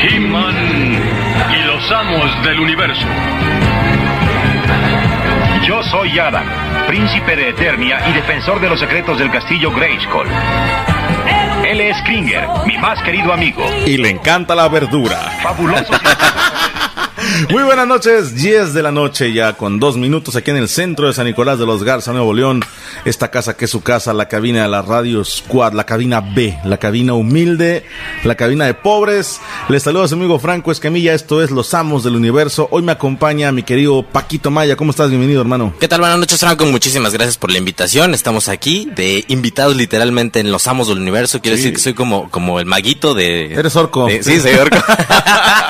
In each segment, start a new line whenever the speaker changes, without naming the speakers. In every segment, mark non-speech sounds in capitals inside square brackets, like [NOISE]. He-Man y los amos del universo. Yo soy Adam, príncipe de Eternia y defensor de los secretos del castillo Grayskull. Él es Kringer, mi más querido amigo.
Y le encanta la verdura.
Fabuloso.
Muy buenas noches, 10 de la noche ya con dos minutos aquí en el centro de San Nicolás de los Garza, Nuevo León. Esta casa que es su casa, la cabina de la Radio Squad, la cabina B, la cabina humilde, la cabina de pobres. Les saluda a su amigo Franco Escamilla, esto es Los Amos del Universo. Hoy me acompaña mi querido Paquito Maya. ¿Cómo estás? Bienvenido, hermano.
¿Qué tal? Buenas noches, Franco. Muchísimas gracias por la invitación. Estamos aquí de invitados literalmente en Los Amos del Universo. Quiero
Sí.
decir que soy como, como el maguito de...
Eres orco.
de- sí, soy orco.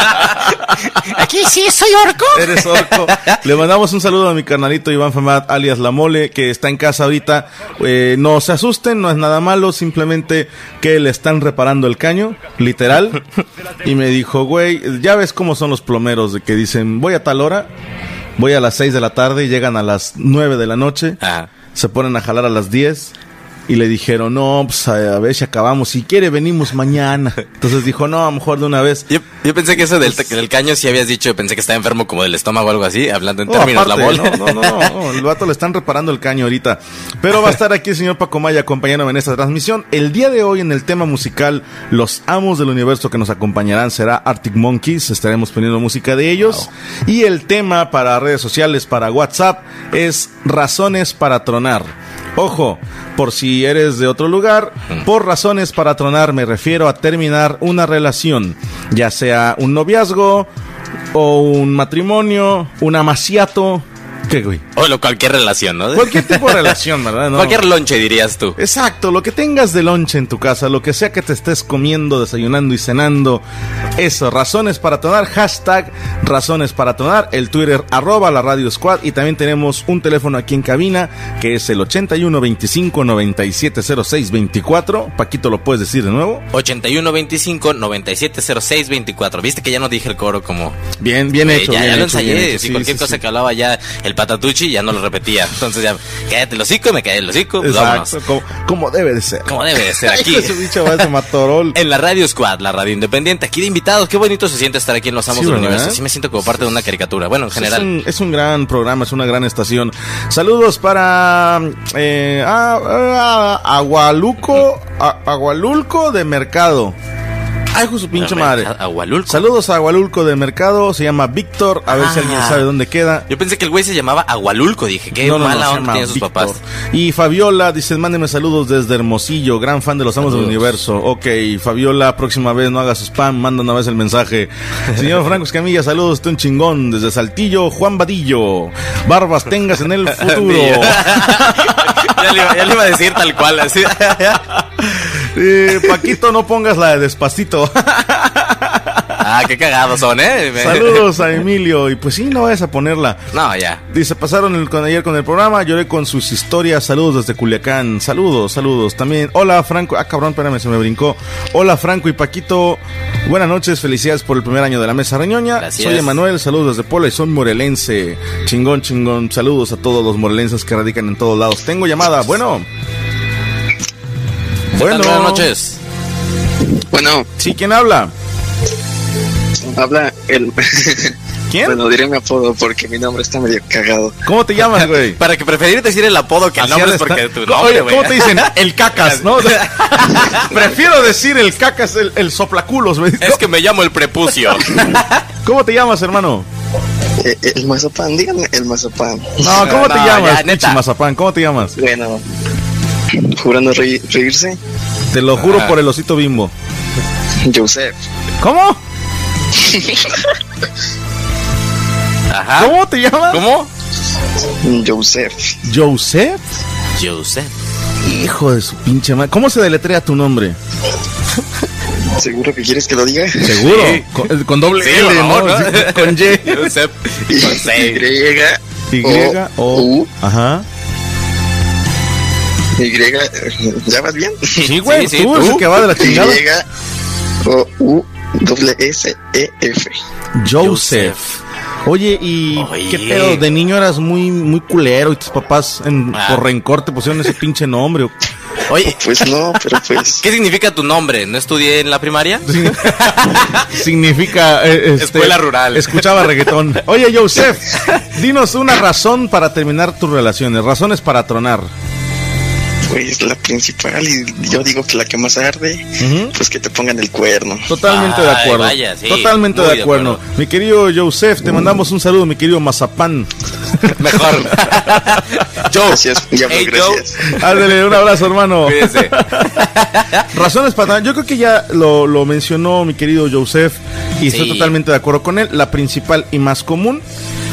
[LAUGHS]
aquí sí, soy orco.
[LAUGHS] Eres orco. Le mandamos un saludo a mi carnalito Iván Femat, alias La Mole, que está en casa ahorita. Eh, no se asusten, no es nada malo, simplemente que le están reparando el caño, literal. Y me dijo, güey, ya ves cómo son los plomeros, de que dicen, voy a tal hora, voy a las 6 de la tarde y llegan a las 9 de la noche,
Ajá.
se ponen a jalar a las 10. Y le dijeron, no, pues a a ver si acabamos. Si quiere, venimos mañana. Entonces dijo, no, a lo mejor de una vez.
Yo, yo pensé que eso del,
Pues-
del caño sí habías dicho, pensé que estaba enfermo como del estómago o algo así, hablando en
No,
términos
Oh, aparte,
la bola.
No, no, no, no, el vato le están reparando el caño ahorita. Pero va a estar aquí el señor Paco Maya acompañándome en esta transmisión. El día de hoy en el tema musical, los amos del universo que nos acompañarán será Arctic Monkeys. Estaremos poniendo música de ellos. Y el tema para redes sociales, para WhatsApp, es razones para tronar. Ojo, por si eres de otro lugar, por razones para tronar me refiero a terminar una relación, ya sea un noviazgo, o un matrimonio, un amaciato. ¿Qué, güey?
[LAUGHS] O lo, cualquier relación, ¿no?
Cualquier
[LAUGHS]
tipo de relación, ¿verdad? No.
Cualquier lonche dirías tú.
Exacto, lo que tengas de lonche en tu casa, lo que sea que te estés comiendo, desayunando y cenando, eso, razones para tonar, hashtag razones para tonar, el Twitter arroba la Radio Squad y también tenemos un teléfono aquí en cabina que es el 81 25 97 06 24. Paquito, ¿lo puedes decir de nuevo?
8125-970624. Viste que ya no dije el coro como...
Bien, bien
Eh,
hecho.
ya,
bien
ya lo
hecho, bien
ensayé,
hecho.
si
Sí,
cualquier
sí,
cosa
sí.
que hablaba ya el patatuchi ya no lo repetía. Entonces ya, cállate el hocico, me cae el hocico, pues vámonos.
Exacto, como, como debe de ser.
Como debe
[LAUGHS]
de ser
Ay,
aquí.
hijo de su bicho, va ese matorol.
[LAUGHS] En la Radio Squad, la radio independiente, aquí de invitados. Qué bonito se siente estar aquí en Los Amos
Sí,
del
¿verdad?
Universo. Sí me siento como parte de una caricatura. Bueno, en
Es
general.
un, es un gran programa, es una gran estación. Saludos para eh, a- a- Agualuco, a- Agualulco de Mercado. Ay, hijo de su pinche
A-
madre.
a- Agualulco.
Saludos a Agualulco de Mercado, se llama Víctor, a ver si
Ah.
alguien sabe dónde queda.
Yo pensé que el güey se llamaba Agualulco, dije. Qué
No, no, no,
mala
se
onda
llama
tienen sus
Víctor.
papás.
Y Fabiola dice, mándeme saludos desde Hermosillo, gran fan de los Amos del
Saludos.
Universo. Ok, Fabiola, próxima vez no hagas spam, manda una vez el mensaje. Señor Franco Escamilla, saludos, usted un chingón desde Saltillo, Juan Vadillo. Barbas tengas en
[LAUGHS]
el futuro. [LAUGHS]
ya, le iba, ya le iba a decir tal cual. Así. [LAUGHS] [LAUGHS]
Eh, Paquito, no pongas la de despacito.
Ah, qué cagados son, ¿eh?
Saludos a Emilio. Y pues sí, no vayas a ponerla.
No, ya.
Dice, pasaron el- con ayer con el programa, lloré con sus historias, saludos desde Culiacán, saludos, saludos. También, hola Franco, ah cabrón, espérame, se me brincó. Hola Franco y Paquito, buenas noches, felicidades por el primer año de la mesa reñoña.
Gracias.
Soy Emanuel, saludos desde Puebla y soy morelense. Chingón, chingón, saludos a todos los morelenses que radican en todos lados. Tengo llamada, bueno.
¿Qué tal? Buenas noches.
Bueno,
Sí, ¿quién habla?
habla el.
[LAUGHS] ¿Quién?
Bueno, diré mi apodo porque mi nombre está medio cagado.
¿Cómo te llamas, güey?
Para que preferir decir el apodo que el
Así
nombre es
han de
porque
estar.
tu nombre,
Oye,
güey.
¿Cómo te dicen? El cacas, ¿no? [LAUGHS] Prefiero decir el cacas, el, el soplaculos. güey.
[LAUGHS] Es que me llamo el
[LAUGHS]
prepucio.
¿Cómo te llamas, hermano?
Eh, El, mazapán, díganme el mazapán.
No, ¿cómo te
No,
llamas?
ya, neta.
Pichi Mazapán, ¿cómo te llamas?
Bueno, jurando reí- reírse,
Te lo juro
Ah.
por el osito bimbo.
Joseph.
[LAUGHS] ¿Cómo?
Ajá.
¿Cómo te llamas?
Ah. ¿Cómo?
Joseph.
¿Joseph?
Joseph.
Hijo de su pinche madre. ¿Cómo se deletrea tu nombre?
¿Seguro que quieres que lo diga?
Seguro. Con, eh, con doble
Sí,
L,
por favor,
¿no?
¿no?
Sí, Con Y.
Joseph.
Y,
Joseph.
Pues
[LAUGHS]
Y, O.
U.
Ajá.
Y, eh, ¿ya vas bien?
Sí, güey,
sí,
tú,
tú.
eres el que va de la
Y,
chingada.
O, U, doble S, E, F.
Joseph. Oye, ¿y
Oye.
qué pedo? De niño eras muy, muy culero y tus papás en,
Ah.
por rencor te pusieron ese pinche nombre. o-
Oye,
Pues no, pero pues.
¿qué significa tu nombre? ¿No estudié en
[LAUGHS]
la primaria?
Significa eh, este,
Escuela rural.
Escuchaba reggaetón. Oye, Joseph, dinos una razón para terminar tus relaciones, razones para tronar.
Pues la principal, y yo digo que la que más arde,
Ujú.
pues que te pongan el cuerno.
Totalmente de
Ay,
acuerdo.
vaya, sí,
Totalmente
muy
de
de
acuerdo.
acuerdo. Uh.
Mi querido Joseph, te mandamos un saludo, mi querido Mazapán.
Mejor. Joe.
Gracias, ya
Hey,
gracias.
Ándale, un abrazo, hermano.
Joe. [LAUGHS] Cuídense.
Razones para Yo creo que ya lo, lo mencionó mi querido Joseph y estoy
Sí.
totalmente de acuerdo con él. La principal y más común,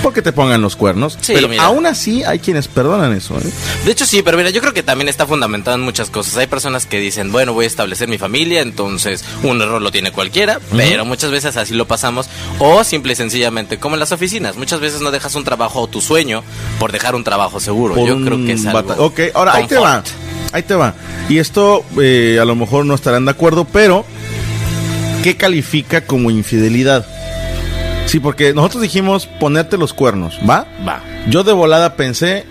porque te pongan los cuernos.
Sí,
pero
mira.
aún así hay quienes perdonan eso. ¿eh?
De hecho sí, pero mira, yo creo que también está fundamentado en muchas cosas. Hay personas que dicen, bueno, voy a establecer mi familia, entonces un error lo tiene cualquiera, pero muchas veces así lo pasamos. O simple y sencillamente, como en las oficinas, muchas veces no dejas un trabajo o tu sueño por dejar un trabajo seguro.
Por
yo
un
creo que es
bata-
algo...
Ok, ahora ahí te va.
confort.
Ahí te va. Y esto eh, a lo mejor no estarán de acuerdo, pero ¿qué califica como infidelidad? Sí, porque nosotros dijimos ponerte los cuernos, ¿va?
Va.
Yo de volada pensé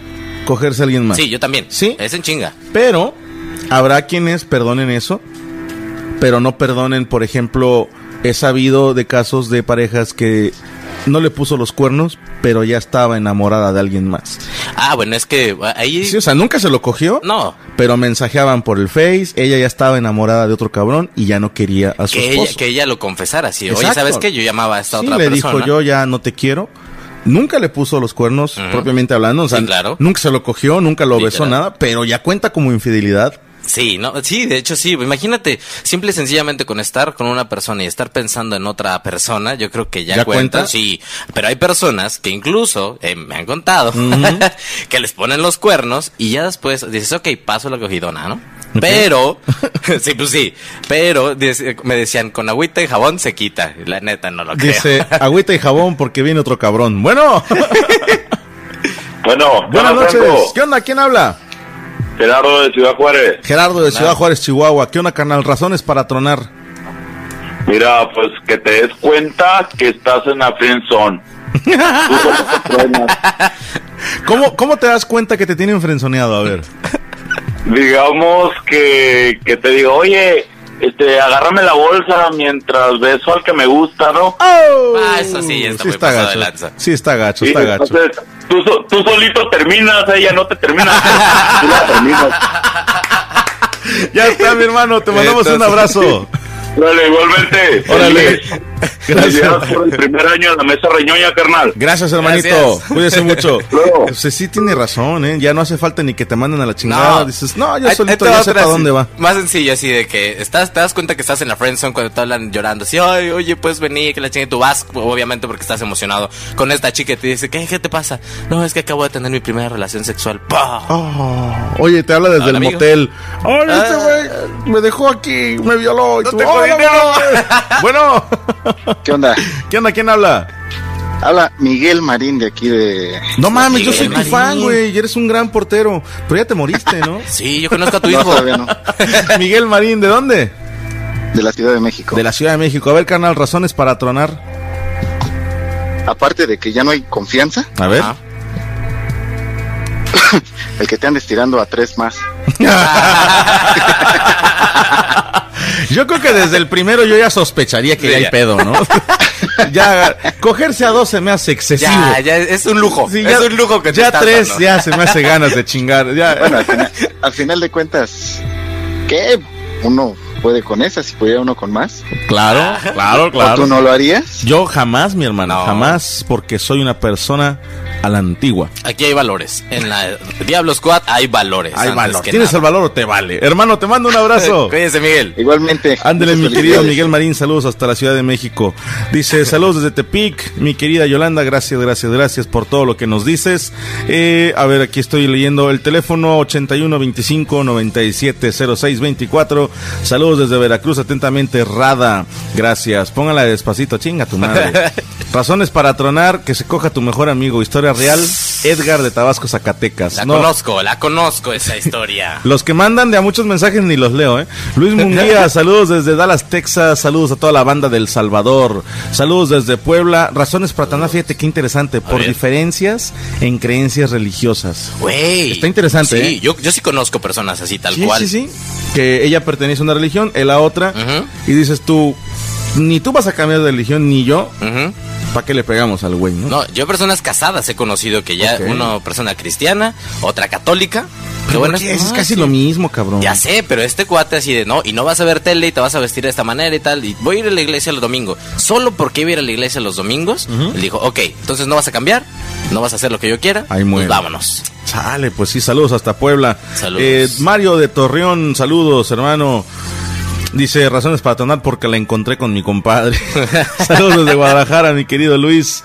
cogerse a alguien más.
Sí, yo también.
Sí.
Es en chinga.
Pero habrá quienes perdonen eso, pero no perdonen, por ejemplo, he sabido de casos de parejas que no le puso los cuernos, pero ya estaba enamorada de alguien más.
Ah, bueno, es que ahí...
Sí, o sea, nunca se lo cogió.
No.
Pero mensajeaban por el Face, ella ya estaba enamorada de otro cabrón y ya no quería a su
Que
esposo.
ella, que ella lo confesara, sí. Oye,
Exacto.
¿sabes qué? Yo llamaba a esta
Sí,
otra
le
persona.
dijo yo ya no te quiero. Nunca le puso los cuernos
Ujú.
propiamente hablando, o sea,
Sí, claro.
nunca se lo cogió, nunca lo besó
Literal.
nada, pero ya cuenta como infidelidad.
Sí, no, sí, de hecho sí. Imagínate, simple y sencillamente con estar con una persona y estar pensando en otra persona, yo creo que ya,
¿Ya
cuenta,
cuenta?
Sí, pero hay personas que incluso eh, me han contado [LAUGHS] que les ponen los cuernos y ya después dices, ok, paso la cogidona, ¿no?
Ok.
Pero, [LAUGHS] sí, pues sí, pero dice- me decían, con agüita y jabón se quita. La neta, no [LAUGHS] lo creo.
Dice, agüita y jabón porque viene otro cabrón.
[LAUGHS]
Bueno,
Bueno, hola,
buenas noches.
Franco.
¿Qué onda? ¿Quién habla?
Gerardo de Ciudad Juárez.
Gerardo de Ciudad Juárez, Chihuahua. ¿Qué onda, carnal? Razones para tronar.
Mira, pues que te des cuenta que estás en la friendzone. Tú solo
[LAUGHS]
te truenas.
¿Cómo, ¿Cómo te das cuenta que te tienen frenzoneado? A ver.
Digamos que, que te digo, oye, este, agárrame la bolsa mientras beso al que me gusta, ¿no?
Ah,
eso sí, ya está muy pasado
gacho.
de lanza.
Sí está gacho,
Y
está gacho.
entonces, tú, so- tú solito terminas, ella no te termina. tú la terminas.
[LAUGHS] Ya está, mi hermano, te mandamos un abrazo.
Dale, igualmente.
[LAUGHS] Órale.
Gracias
Gracias.
por el primer año de la mesa reñoña, carnal.
Gracias, hermanito.
Gracias.
Cuídese [LAUGHS] mucho.
Luego.
Pues sí tiene razón, ¿eh? Ya no hace falta ni que te manden a la chingada. Dices, no, yo
Ahí-
solito
ahí te va
ya sé
otra
para
así,
dónde va.
Más sencillo, así de que estás, te das cuenta que estás en la friendzone cuando te hablan llorando. Así, ay, oye, puedes venir, que la chingue. Tú vas, obviamente, porque estás emocionado con esta chica y te dice, ¿qué, qué te pasa? No, es que acabo de tener mi primera relación sexual. ¡Pah!
Oh, oye, te habla desde
Hola,
el
amigo.
Ah. motel. Oye, este güey me dejó aquí, me violó. y tú,
te
"Ay, dinero. [LAUGHS] Bueno,
¿Qué onda?
¿qué onda? ¿Quién habla?
Habla Miguel Marín de aquí de...
No mames, yo soy tu
Miguel
fan,
Marín.
güey. y Eres un gran portero. Pero ya te moriste, [LAUGHS] ¿no?
Sí, yo conozco a
[LAUGHS]
tu
No,
hijo.
todavía no.
Miguel Marín, ¿de dónde?
De la Ciudad de México.
De la Ciudad de México. A ver, carnal, razones para tronar.
Aparte de que ya no hay confianza,
A ver.
Ajá.
[COUGHS] el que te andes tirando a tres más.
Yo creo que desde el primero yo ya sospecharía que
Sí,
ya hay
ya.
pedo, [LAUGHS] ¿no? ya, cogerse a dos se me hace excesivo.
Ya, ya, es un lujo.
Sí,
es un lujo que te
Ya
estás
tres,
dando.
ya se me hace ganas de chingar. Ya. eh.
Bueno, al
[LAUGHS]
final, al final de cuentas, ¿qué? Uno puede con esa, si pudiera uno con más.
claro, claro,
¿O tú
claro.
no lo harías?
Yo jamás, mi hermano,
No.
jamás, porque soy una persona a la antigua.
Aquí hay valores. En la Diablo Squad hay valores.
Hay
antes
valor.
que
¿Tienes
nada.
el valor o te vale? Hermano, te mando un abrazo.
[LAUGHS] Cuídense, Miguel.
Igualmente.
Ándele, mi
muchas
querido
felicidades.
Miguel Marín, saludos hasta la Ciudad de México. Dice, saludos desde Tepic, mi querida Yolanda, gracias, gracias, gracias por todo lo que nos dices. Eh, a ver, aquí estoy leyendo el teléfono 8125-970624. Saludos desde Veracruz, atentamente, Rada. Gracias, póngala despacito, chinga tu madre. Razones para tronar, que se coja tu mejor amigo, historia real, Edgar de Tabasco, Zacatecas.
La
No,
conozco, la conozco
[LAUGHS]
esa historia.
los que mandan de a muchos mensajes ni los leo, ¿eh? Luis
[LAUGHS]
Munguía, saludos desde Dallas, Texas, saludos a toda la banda del Salvador, saludos desde Puebla. Razones para Tanar, fíjate qué interesante, por
ver.
diferencias en creencias religiosas.
Güey.
Está interesante,
Sí,
¿eh?
yo, yo sí conozco personas así, tal
sí,
cual.
sí, sí. Que ella pertenece a una religión, él a otra,
Ujú.
y dices tú, ni tú vas a cambiar de religión, ni yo,
Ujú.
¿para qué le pegamos al güey, no?
No, yo personas casadas he conocido que ya
Ok.
una persona cristiana, otra católica. que
Pero
bueno,
¿qué? es
ah,
casi
sí.
lo mismo, cabrón.
Ya sé, pero este cuate así de no, y no vas a ver tele y te vas a vestir de esta manera y tal. Y voy a ir a la iglesia los domingos. Solo porque iba a ir a la iglesia los domingos, él dijo, ok, entonces no vas a cambiar, no vas a hacer lo que yo quiera.
Ahí
pues
muere.
vámonos.
Chale, pues sí, saludos hasta Puebla.
Saludos.
Eh, Mario de Torreón, saludos, hermano. Dice, razones para tronar porque la encontré con mi compadre. [LAUGHS] saludos desde Guadalajara, mi querido Luis.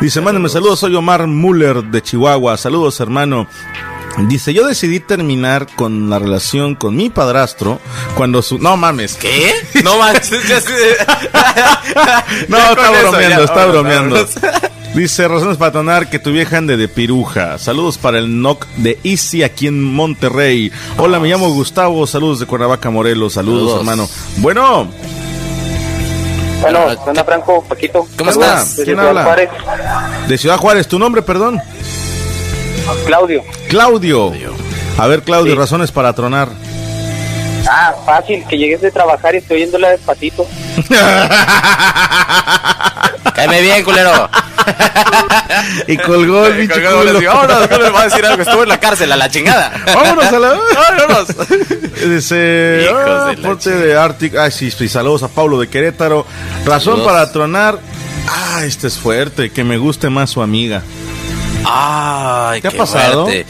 Dice, mándame saludos, soy Omar Müller de Chihuahua. Saludos, hermano. Dice, yo decidí terminar con la relación con mi padrastro cuando su... No mames.
¿Qué? No manches. [LAUGHS] ya sé.
[LAUGHS] No,
[LAUGHS] Ya
está
con eso,
bromeando,
ya,
está
vámonos,
bromeando.
vámonos. [LAUGHS]
Dice, razones para tronar que tu vieja ande de piruja. Saludos para el NOC de Easy aquí en Monterrey. Hola, me llamo Gustavo. Saludos de Cuernavaca, Morelos. Saludos,
Saludos.
hermano. Bueno,
Bueno, Ana Franco, Paquito.
¿Cómo
Saludos
estás?
desde
¿Quién
Ciudad
habla?
Juárez.
de Ciudad Juárez, tu nombre, perdón.
Claudio.
Claudio. A ver, Claudio,
Sí.
razones para [LAUGHS] tronar.
Ah, fácil, que llegues de trabajar y estoy oyéndola despacito.
Cáeme bien, culero.
[LAUGHS] y colgó el pinche
Colgado, le digo,
culo.
Vámonos, ¿cómo le va a decir algo? Estuvo en la cárcel, a la chingada.
Vámonos a la...
Vámonos.
Dice,
Hijos
ah,
de la
ponte de Arctic. Ay, sí, sí, saludos a Pablo de Querétaro. Razón
Saludos.
para tronar. Ah, este es fuerte. Que me guste más su amiga.
Ay,
¿Te ha
qué
pasado?
fuerte.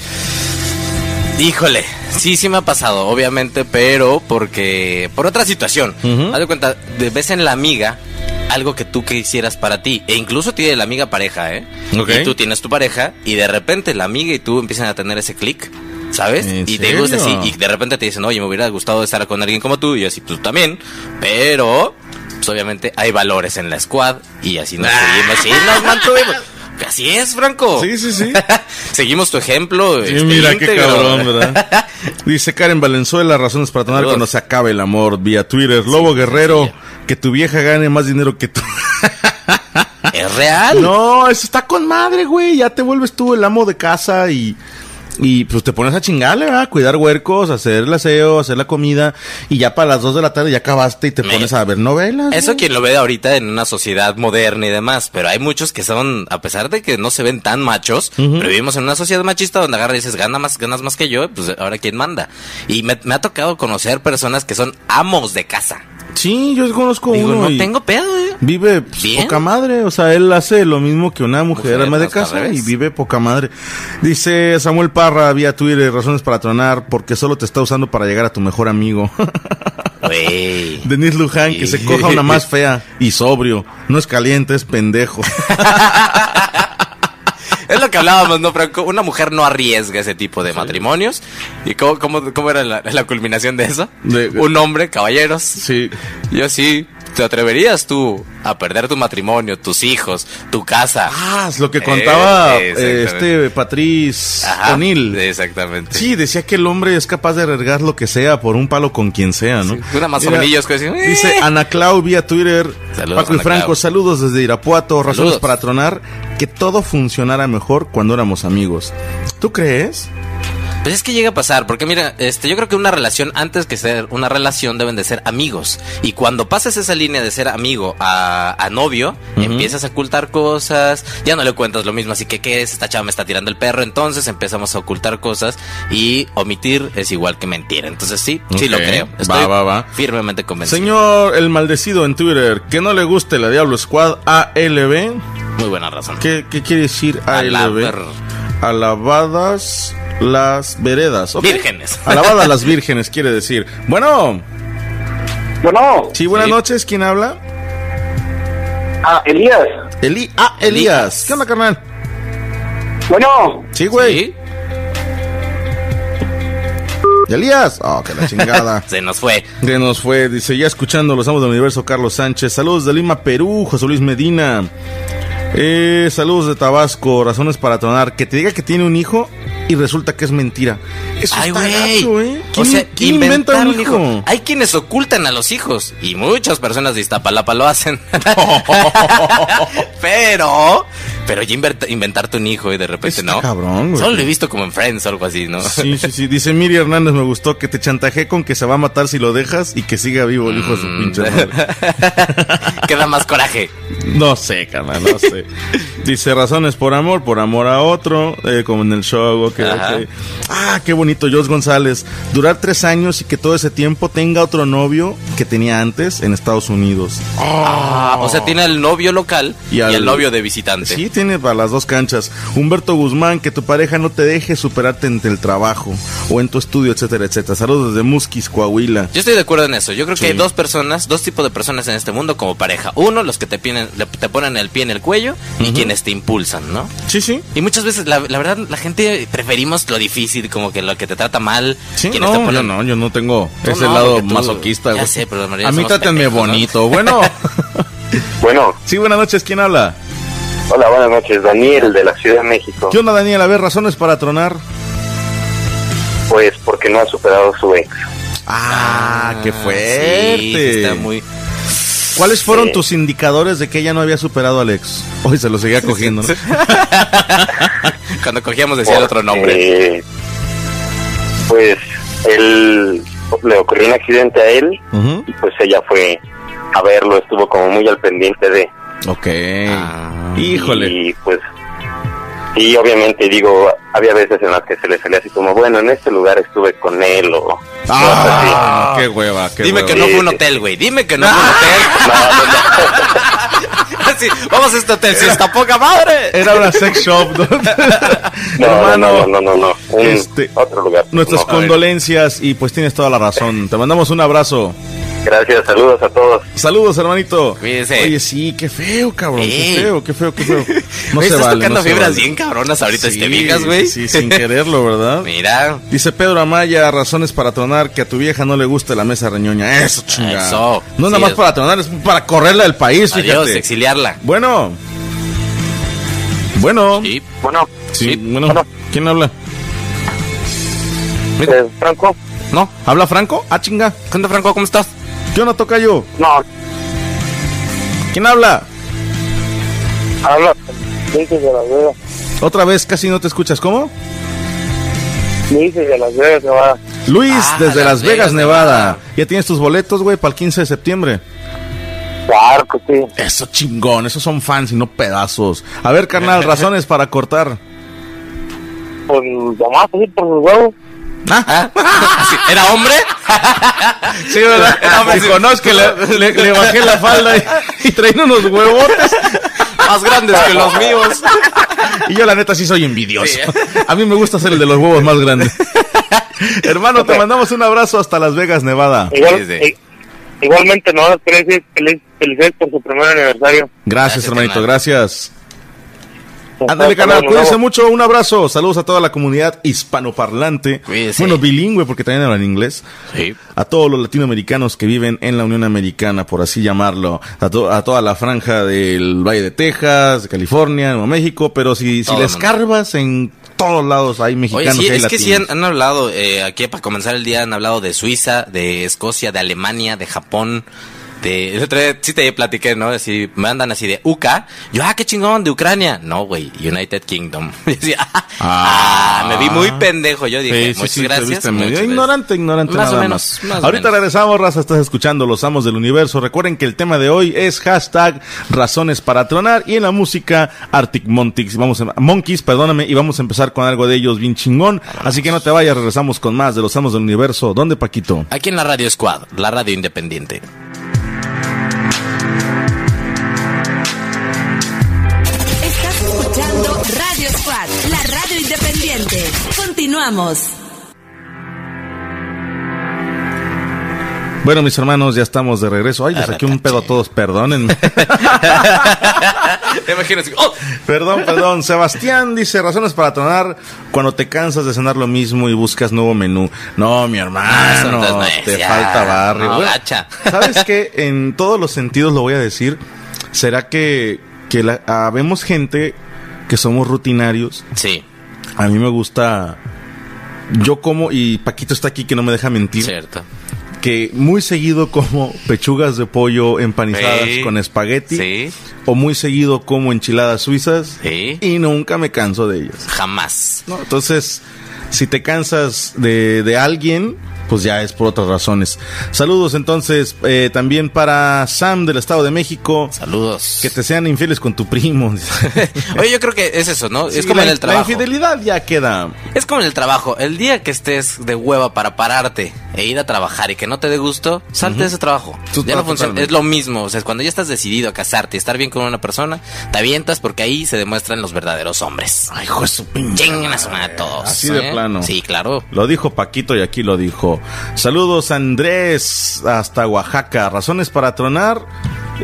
Híjole, sí, sí me ha pasado, obviamente, pero porque por otra situación.
Ujú.
Haz de cuenta, de ves en la amiga algo que tú quisieras para ti, e incluso tiene la amiga pareja, ¿eh?
Ok.
Y tú tienes tu pareja, y de repente la amiga y tú empiezan a tener ese clic. ¿Sabes?
¿En
Y te gusta así.
serio?
Y de repente te dicen, oye, me hubiera gustado estar con alguien como tú. Y yo así, "Pues, tú también. Pero, pues obviamente hay valores en la squad. Y así nos seguimos. Y
[LAUGHS]
nos mantuvimos. Así es, Franco.
Ah. Sí, sí,
[LAUGHS]
sí.
Seguimos tu ejemplo.
Sí,
Oh. este,
mira qué
íntegro.
cabrón, ¿verdad? Dice Karen Valenzuela, razones para tronar
Saludos.
cuando se acabe el amor. Vía Twitter, Lobo Guerrero, que tu vieja gane más dinero que tú.
[LAUGHS] Es real.
No, eso está con madre, güey. Ya te vuelves tú el amo de casa y. Y pues te pones a chingarle, ¿verdad? Cuidar huercos, hacer el aseo, hacer la comida. Y ya para las 2 de la tarde ya acabaste y te
Me-
pones a ver novelas.
Eso
güey.
quien lo ve ahorita en una sociedad moderna y demás, pero hay muchos que son, a pesar de que no se ven tan machos, pero vivimos en una sociedad machista donde agarra y dices, gana más, ganas más que yo, pues ahora quién manda. Y me, me ha tocado conocer personas que son amos de casa.
Sí, yo conozco
Digo,
uno.
no
y
tengo pedo, eh.
Vive pues,
Bien.
poca madre. O sea, él hace lo mismo que una mujer,
Mujer,
ama de
hasta al
casa y
revés.
vive poca madre. Dice Samuel Parra vía Twitter, razones para tronar, porque solo te está usando para llegar a tu mejor amigo. [LAUGHS]
Güey.
Denis Luján, que se coja una
[LAUGHS]
más fea y sobrio. No es caliente, es pendejo.
Es lo que hablábamos, ¿no, Franco? Una mujer no arriesga ese tipo de matrimonios. ¿Y cómo, cómo, cómo era la, la culminación de eso?
De-
Un hombre, caballeros.
Sí.
Yo sí. ¿Te atreverías tú a perder tu matrimonio, tus hijos, tu casa?
Ah, es lo que contaba
Eh,
eh,
exactamente.
este Patrice
Ajá, este.
O'Neill.
Exactamente.
Sí, decía que el hombre es capaz de regar lo que sea por un palo con quien sea, ¿no?
Una más
Mira,
homenillos que dicen, "Eh".
Dice Ana Clau vía Twitter.
Saludos,
Paco y
Ana
Franco,
Clau.
saludos desde Irapuato. Razones
Saludos.
para tronar. Que todo funcionara mejor cuando éramos amigos. ¿Tú crees?
Pues es que llega a pasar, porque mira, este, yo creo que una relación, antes que ser una relación, deben de ser amigos. Y cuando pasas esa línea de ser amigo a, a novio, empiezas a ocultar cosas, ya no le cuentas lo mismo, así que ¿qué es? Esta chava me está tirando el perro, entonces empezamos a ocultar cosas y omitir es igual que mentir. Entonces sí, sí lo
Ok,
creo.
va,
Estoy
va, va.
firmemente convencido.
Señor el maldecido en Twitter, que no le guste la Diablo Squad ALB.
Muy buena razón.
¿Qué, qué quiere decir
Alaber.
ALB? Alabadas las veredas. ok.
Vírgenes. [LAUGHS]
Alabadas las vírgenes quiere decir. Bueno,
Bueno,
sí, buenas
Sí.
noches. ¿Quién habla?
ah, Elías.
Eli ah, Elías.
Elías.
¿Qué onda, carnal?
Bueno,
Sí, güey.
Sí,
Elías. Oh, que la
[LAUGHS]
chingada.
se nos fue.
Que nos fue, dice, ya escuchando los amos del universo, Carlos Sánchez. Saludos de Lima, Perú, José Luis Medina. Eh, saludos de Tabasco, razones para tronar. Que te diga que tiene un hijo y resulta que es mentira. Eso
Ay,
está
güey.
gacho, ¿eh?
O
¿Quién,
sea,
quién inventa un hijo?
Hay quienes ocultan a los hijos. Y muchas personas de Iztapalapa lo
[LAUGHS]
hacen. pero, pero ya invert- inventarte un hijo y de repente
Está
pues, no.
cabrón, güey.
Solo lo he visto como en Friends o algo así, ¿no?
Sí, sí, sí. Dice Miri Hernández, me gustó que te chantaje con que se va a matar si lo dejas y que siga vivo el hijo de su pinche [LAUGHS] madre.
[LAUGHS] Queda más coraje.
No sé, carnal, no sé. Dice razones por amor, por amor a otro, eh, como en el show. ok,
Ajá.
ok. Ah, qué bonito, Jos González. Durar tres años y que todo ese tiempo tenga otro novio que tenía antes en Estados Unidos.
Ah, o sea, tiene al novio local
Oh. Y
y,
al-
al... novio de visitante.
Sí, tiene para las dos canchas. Humberto Guzmán, que tu pareja no te deje superarte en el trabajo o en tu estudio, etcétera, etcétera. Saludos desde Musquis, Coahuila.
Yo estoy de acuerdo en eso. Yo creo
Sí.
que hay dos personas, dos tipos de personas en este mundo como pareja. Uno, los que te, pinen- le- te ponen el pie en el cuello y quienes te impulsan, ¿no?
Sí, sí.
Y muchas veces, la, la verdad, la gente preferimos lo difícil, como que lo que te trata mal.
Sí,
quienes
no,
te ponen-
yo no, yo no tengo
Tú
ese
no,
lado
porque tú-
masoquista.
ya
güey.
sé, pero la mayoría
A mí
somos
trátenme
pendejos, ¿no?
bonito.
[LAUGHS]
Bueno,
bueno,
sí, buenas noches. ¿Quién habla?
hola, buenas noches. Daniel de la Ciudad de México.
¿Qué onda, Daniel? A ver, razones para tronar.
Pues porque no ha superado su ex.
Ah, qué fuerte.
Sí, está muy.
¿Cuáles fueron
Sí.
tus indicadores de que ella no había superado a Alex? Hoy se lo seguía cogiendo, ¿no?
Cuando cogíamos decía el otro nombre.
Porque, Eh, Pues él le ocurrió un accidente a él
Ujú.
y pues ella fue a verlo, estuvo como muy al pendiente de.
Ok.
Ah.
Híjole.
Y pues y obviamente digo, había veces en las que se le salía así como, bueno, en este lugar estuve con él o
Ah, qué hueva, qué
Dime
hueva.
que no fue un hotel, güey. Dime que no fue
[LAUGHS]
[LAUGHS] un hotel. Así, vamos a este hotel, si está poca madre.
Era una sex shop. ¿no?
no, no, no,
Hermano,
no, no, no, un-
este,
otro lugar.
nuestras
No, a ver.
condolencias y pues tienes toda la razón. Te mandamos un abrazo.
Gracias, saludos a todos.
Saludos, hermanito.
Cuídense.
Oye, sí, qué feo, cabrón.
Ey.
Qué feo, qué feo,
[LAUGHS]
qué feo. [LAUGHS] No
Güey,
se
estás
vale,
tocando
no se
fibras
vale.
bien cabronas ahorita,
Sí,
este viejas, güey.
Sí, sin quererlo,
[LAUGHS]
¿verdad?
Mira,
Dice Pedro Amaya, razones para tronar, que a tu vieja no le gusta la mesa reñoña. Eso, chingada.
Eso.
No es nada
Sí,
más
es-
para tronar, es para correrla del país,
adiós,
fíjate.
exiliarla.
Bueno. Bueno.
Sí.
Bueno,
Sí,
sí.
bueno.
Bueno.
¿Quién habla?
eh, Franco,
No, ¿habla Franco? Ah, chinga.
¿Qué onda, Franco? ¿Cómo estás?
¿Qué onda, toca yo?
no,
¿Quién habla?
habla Ulises de Las Vegas.
Otra vez casi no te escuchas, ¿cómo?
Ulises de Las Vegas, Nevada.
Luis,
Ah,
desde Las Vegas, Nevada.
Nevada.
Ya tienes tus boletos, güey, para el 15 de septiembre.
Claro que sí.
Eso chingón, esos son fans y no pedazos. A ver, [LAUGHS] carnal, razones para cortar.
Pues nomás así por sus huevos.
[LAUGHS] Sí, ¿Era hombre?
Ah, Sí, ¿verdad? Dijo, [LAUGHS] no, es que le, le- le bajé la falda y, y traen unos huevotes.
Más grandes que
[LAUGHS]
los míos.
Y yo, la neta, sí ¿eh? soy envidioso.
Sí.
A mí me gusta ser el de los huevos más [LAUGHS] grande. Hermano, te mandamos un abrazo hasta Las Vegas, Nevada.
Sí,
Igual,
sí.
i- igualmente, no, felices, felices, felices por su primer aniversario.
Gracias,
Gracias,
hermanito,
carnal.
gracias. Ándale,
Hasta
canal.
luego,
Cuídense
luego.
mucho. Un abrazo. Saludos a toda la comunidad hispanoparlante.
Cuídense.
Bueno, bilingüe, porque también hablan inglés.
Sí.
A todos los latinoamericanos que viven en la Unión Americana, por así llamarlo. A, to- a toda la franja del Valle de Texas, de California, Nuevo México. Pero si, si
Todo
le
el mundo.
escarbas, en todos lados hay
Oye,
mexicanos
sí,
y hay
es que sí han,
latinos.
han hablado, eh, aquí para comenzar el día han hablado de Suiza, de Escocia, de Alemania, de Japón. De, el otro día sí te platiqué, ¿no? Si me andan así de UK, yo, ah, qué chingón, de Ucrania. No, güey, United Kingdom. [LAUGHS] Y así, ah, ah, me vi muy pendejo. Yo dije,
Sí, sí,
muchas
sí, te
gracias.
viste medio
muchas gracias".
ignorante, ignorante
Más
nada
o menos.
más.
más o
Ahorita
menos.
regresamos, Raza, estás escuchando Los Amos del Universo. Recuerden que el tema de hoy es hashtag razones para tronar y en la música Arctic Monkeys. Vamos a, Monkeys, perdóname, y vamos a empezar con algo de ellos bien chingón. Así que no te vayas, regresamos con más de Los Amos del Universo. ¿Dónde, Paquito?
Aquí en la Radio Squad, la radio independiente.
Estás escuchando Radio Squad, la radio independiente. Continuamos.
Bueno, mis hermanos, ya estamos de regreso. Ay, les saqué un pedo a todos,
[LAUGHS]
perdónenme. Ah,
Te imaginas, oh,
Perdón, perdón. Sebastián dice, razones para tronar cuando te cansas de cenar lo mismo y buscas nuevo menú. No, mi
son
hermano,
otras
ah, te
necias.
falta barrio.
No,
Bueno,
gacha. [LAUGHS]
¿Sabes qué? En todos los sentidos lo voy a decir. ¿Será que, que la- ah, vemos gente que somos rutinarios?
sí,
A mí me gusta... Yo como, y Paquito está aquí que no me deja mentir,
cierto.
que muy seguido como pechugas de pollo empanizadas
Sí.
con espagueti,
Sí,
o muy seguido como enchiladas suizas,
sí,
y nunca me canso de ellas.
jamás.
¿no? Entonces, si te cansas de, de alguien, pues ya es por otras razones. Saludos entonces eh, también para Sam del Estado de México.
Saludos.
Que te sean infieles con tu primo.
[LAUGHS]
[LAUGHS]
Oye, yo creo que es eso, ¿no? es
Sí,
como
la,
en el
la
trabajo.
infidelidad ya queda.
Es como en el trabajo. El día que estés de hueva para pararte e ir a trabajar y que no te dé gusto, salte de ese trabajo.
Tú-
ya no
totalmente.
funciona. Es lo mismo. O sea, cuando ya estás decidido a casarte y estar bien con una persona, te avientas porque ahí se demuestran los verdaderos hombres.
Ay, hijo de su pinche.
Chinguen a su madre a todos.
Así de
¿eh?
plano.
Sí, claro. [LAUGHS]
Lo dijo Paquito y aquí lo dijo. Saludos Andrés hasta Oaxaca. Razones para tronar.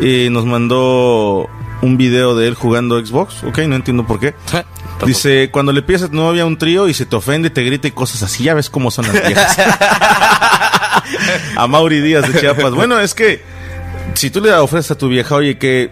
Eh, nos mandó un video de él jugando Xbox. Ok, no entiendo por qué.
Tampoco.
Dice, cuando le piensas no había un trío y se te ofende, te grita y cosas así, ya ves cómo son las
[LAUGHS]
viejas. a Mauri Díaz de Chiapas. Bueno, es que si tú le ofreces a tu vieja, oye, que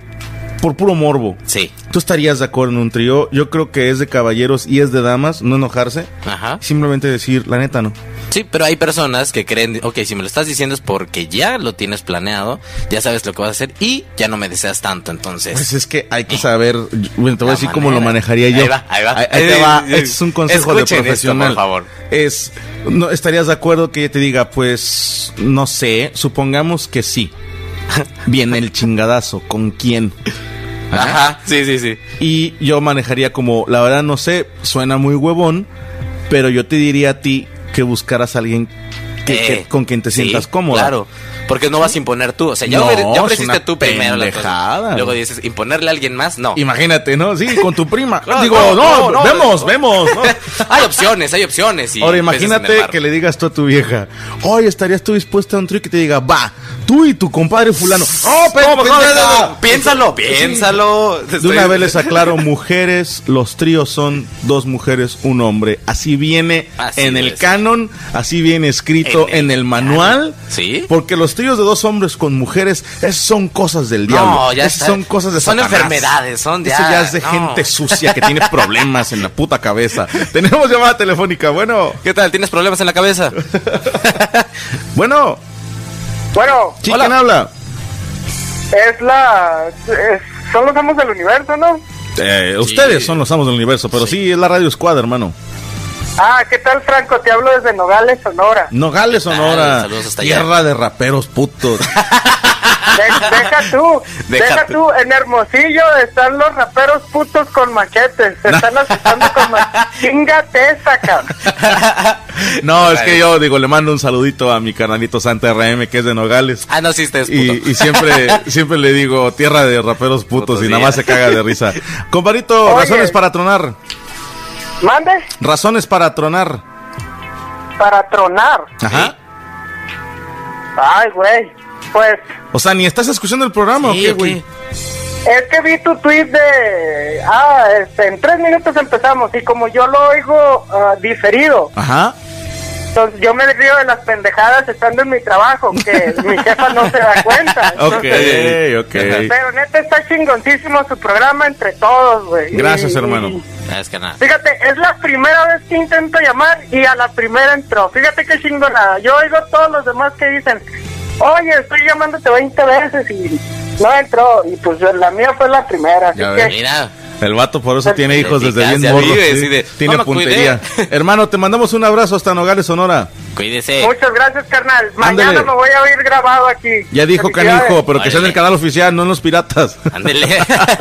por puro morbo,
Sí.
tú estarías de acuerdo en un trío, yo creo que es de caballeros y es de damas, no enojarse,
Ajá.
simplemente decir, la neta no.
Sí, pero hay personas que creen, ok, si me lo estás diciendo es porque ya lo tienes planeado, ya sabes lo que vas a hacer y ya no me deseas tanto, entonces.
Pues es que hay que saber, bueno, te voy a
La
decir cómo lo
manera.
manejaría yo.
Ahí va, ahí va.
ahí te va.
Eh, eh,
Este es un consejo
escuchen
de
esto,
profesional.
por favor.
Es, no, ¿estarías de acuerdo que ella te diga, pues, no sé, supongamos que
[LAUGHS]
sí? Viene el chingadazo, ¿con quién?
Ajá, sí, sí, sí.
Y yo manejaría como, la verdad no sé, suena muy huevón, pero yo te diría a ti que buscaras a alguien que,
Eh,
que- con quien te
sí,
sientas cómodo.
Claro, porque no vas a imponer tú. O sea, ya,
No,
ofre- ya
es
ofreciste
una
tú primero la cosa.
pendejada.
Luego dices, imponerle a alguien más, no.
Imagínate, ¿no? Sí, con tu prima.
[LAUGHS] Claro,
Digo,
no,
no,
no, no,
vemos,
no.
vemos, ¿no?
[LAUGHS] hay opciones, hay opciones. y
Ahora
empiezas en el
imagínate
bar.
que le digas tú a tu vieja, hoy estarías tú dispuesta a un truco y te diga, va, tú y tu compadre fulano. ¡Oh, pe-
No, mejor,
pendeja!
no, no, piénsalo, piénsalo.
De una vez les aclaro, mujeres, los tríos son dos mujeres, un hombre. Así viene
Así
en el
es.
canon, así viene escrito
En el
en el, manual.
canon. Sí.
Porque los tríos de dos hombres con mujeres, esas son cosas del diablo.
No, ya
Esas
está.
son cosas de
Son
Satanás.
enfermedades, son
Eso
ya-
ya es de
no.
gente sucia que
[LAUGHS]
tiene problemas en la puta cabeza. Tenemos llamada telefónica. Bueno,
¿Qué tal? ¿Tienes problemas en la cabeza?
bueno,
Bueno,
¿sí,
Hola.
¿quién habla?
es la... es- son los amos del universo, ¿no?
Eh, Ustedes son los amos del universo, pero sí, es la radio Squad, hermano.
Ah, ¿qué tal, Franco? Te hablo desde Nogales, Sonora.
Nogales,
tal?
Sonora.
Ah, Saludos hasta allá.
Tierra de raperos
[LAUGHS]
putos.
De- deja tú,
Deja
deja,
tú.
tú. eh, En Hermosillo están los raperos putos con machetes. Se están asustando con
[LAUGHS]
machetes. Chingate esa, cabrón.
No, es que yo digo, le mando un saludito a mi carnalito Santa RM, que es de Nogales.
Ah, no, sí, este es puto.
Y, y siempre,
[LAUGHS]
siempre le digo, tierra de raperos putos,
Putos,
y
sí.
nada más se caga de risa. Comparito,
Oye.
razones para tronar.
Mande
Razones para tronar.
para tronar.
Ajá.
Ay, Pues, güey. Pues
O sea, ni estás escuchando el programa,
Sí,
¿o qué,
¿o
güey?
qué?
Es que vi tu tweet de. Ah, este, en tres minutos empezamos. Y como yo lo oigo ah, diferido,
Ajá.
entonces yo me río de las pendejadas estando en mi trabajo,
[LAUGHS]
que mi jefa no se da cuenta.
Ok,
Entonces,
ok.
Pero neta está chingoncísimo su programa entre todos, güey.
Gracias,
Y-
hermano.
Ah, Es que nada.
Fíjate, es la primera vez que intento llamar y a la primera entró. Fíjate qué chingonada. Yo oigo a todos los demás que dicen, oye, estoy llamándote 20 veces y no entró. Y pues yo- la mía fue la primera. Así
Ya
que,
ves.
Mira,
El vato por
Pues
eso tiene hijos desde bien
Eficacia
morro.
vive,
sí.
sí, de,
Tiene
"No me
puntería. Hermano, te mandamos un abrazo hasta Nogales, Sonora.
cuídese.
Muchas gracias, carnal. Mañana
Ándele.
me voy a oír grabado aquí.
Ya dijo Canijo, pero que sea en el
Órale.
canal oficial, no en los piratas. [LAUGHS]
Ándele.
[LAUGHS]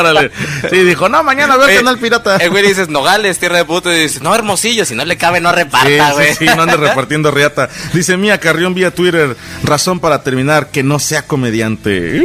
Órale. Sí, dijo, no,
[LAUGHS]
mañana veo el
Eh,
Oye,
canal pirata.
El güey dices Nogales, tierra de puto. Y dices, no, Hermosillo, si no le cabe, no
Sí,
reparta, güey.
sí, sí, no andes repartiendo riata. Dice Mía Carrión vía Twitter, razón para terminar, que no sea comediante.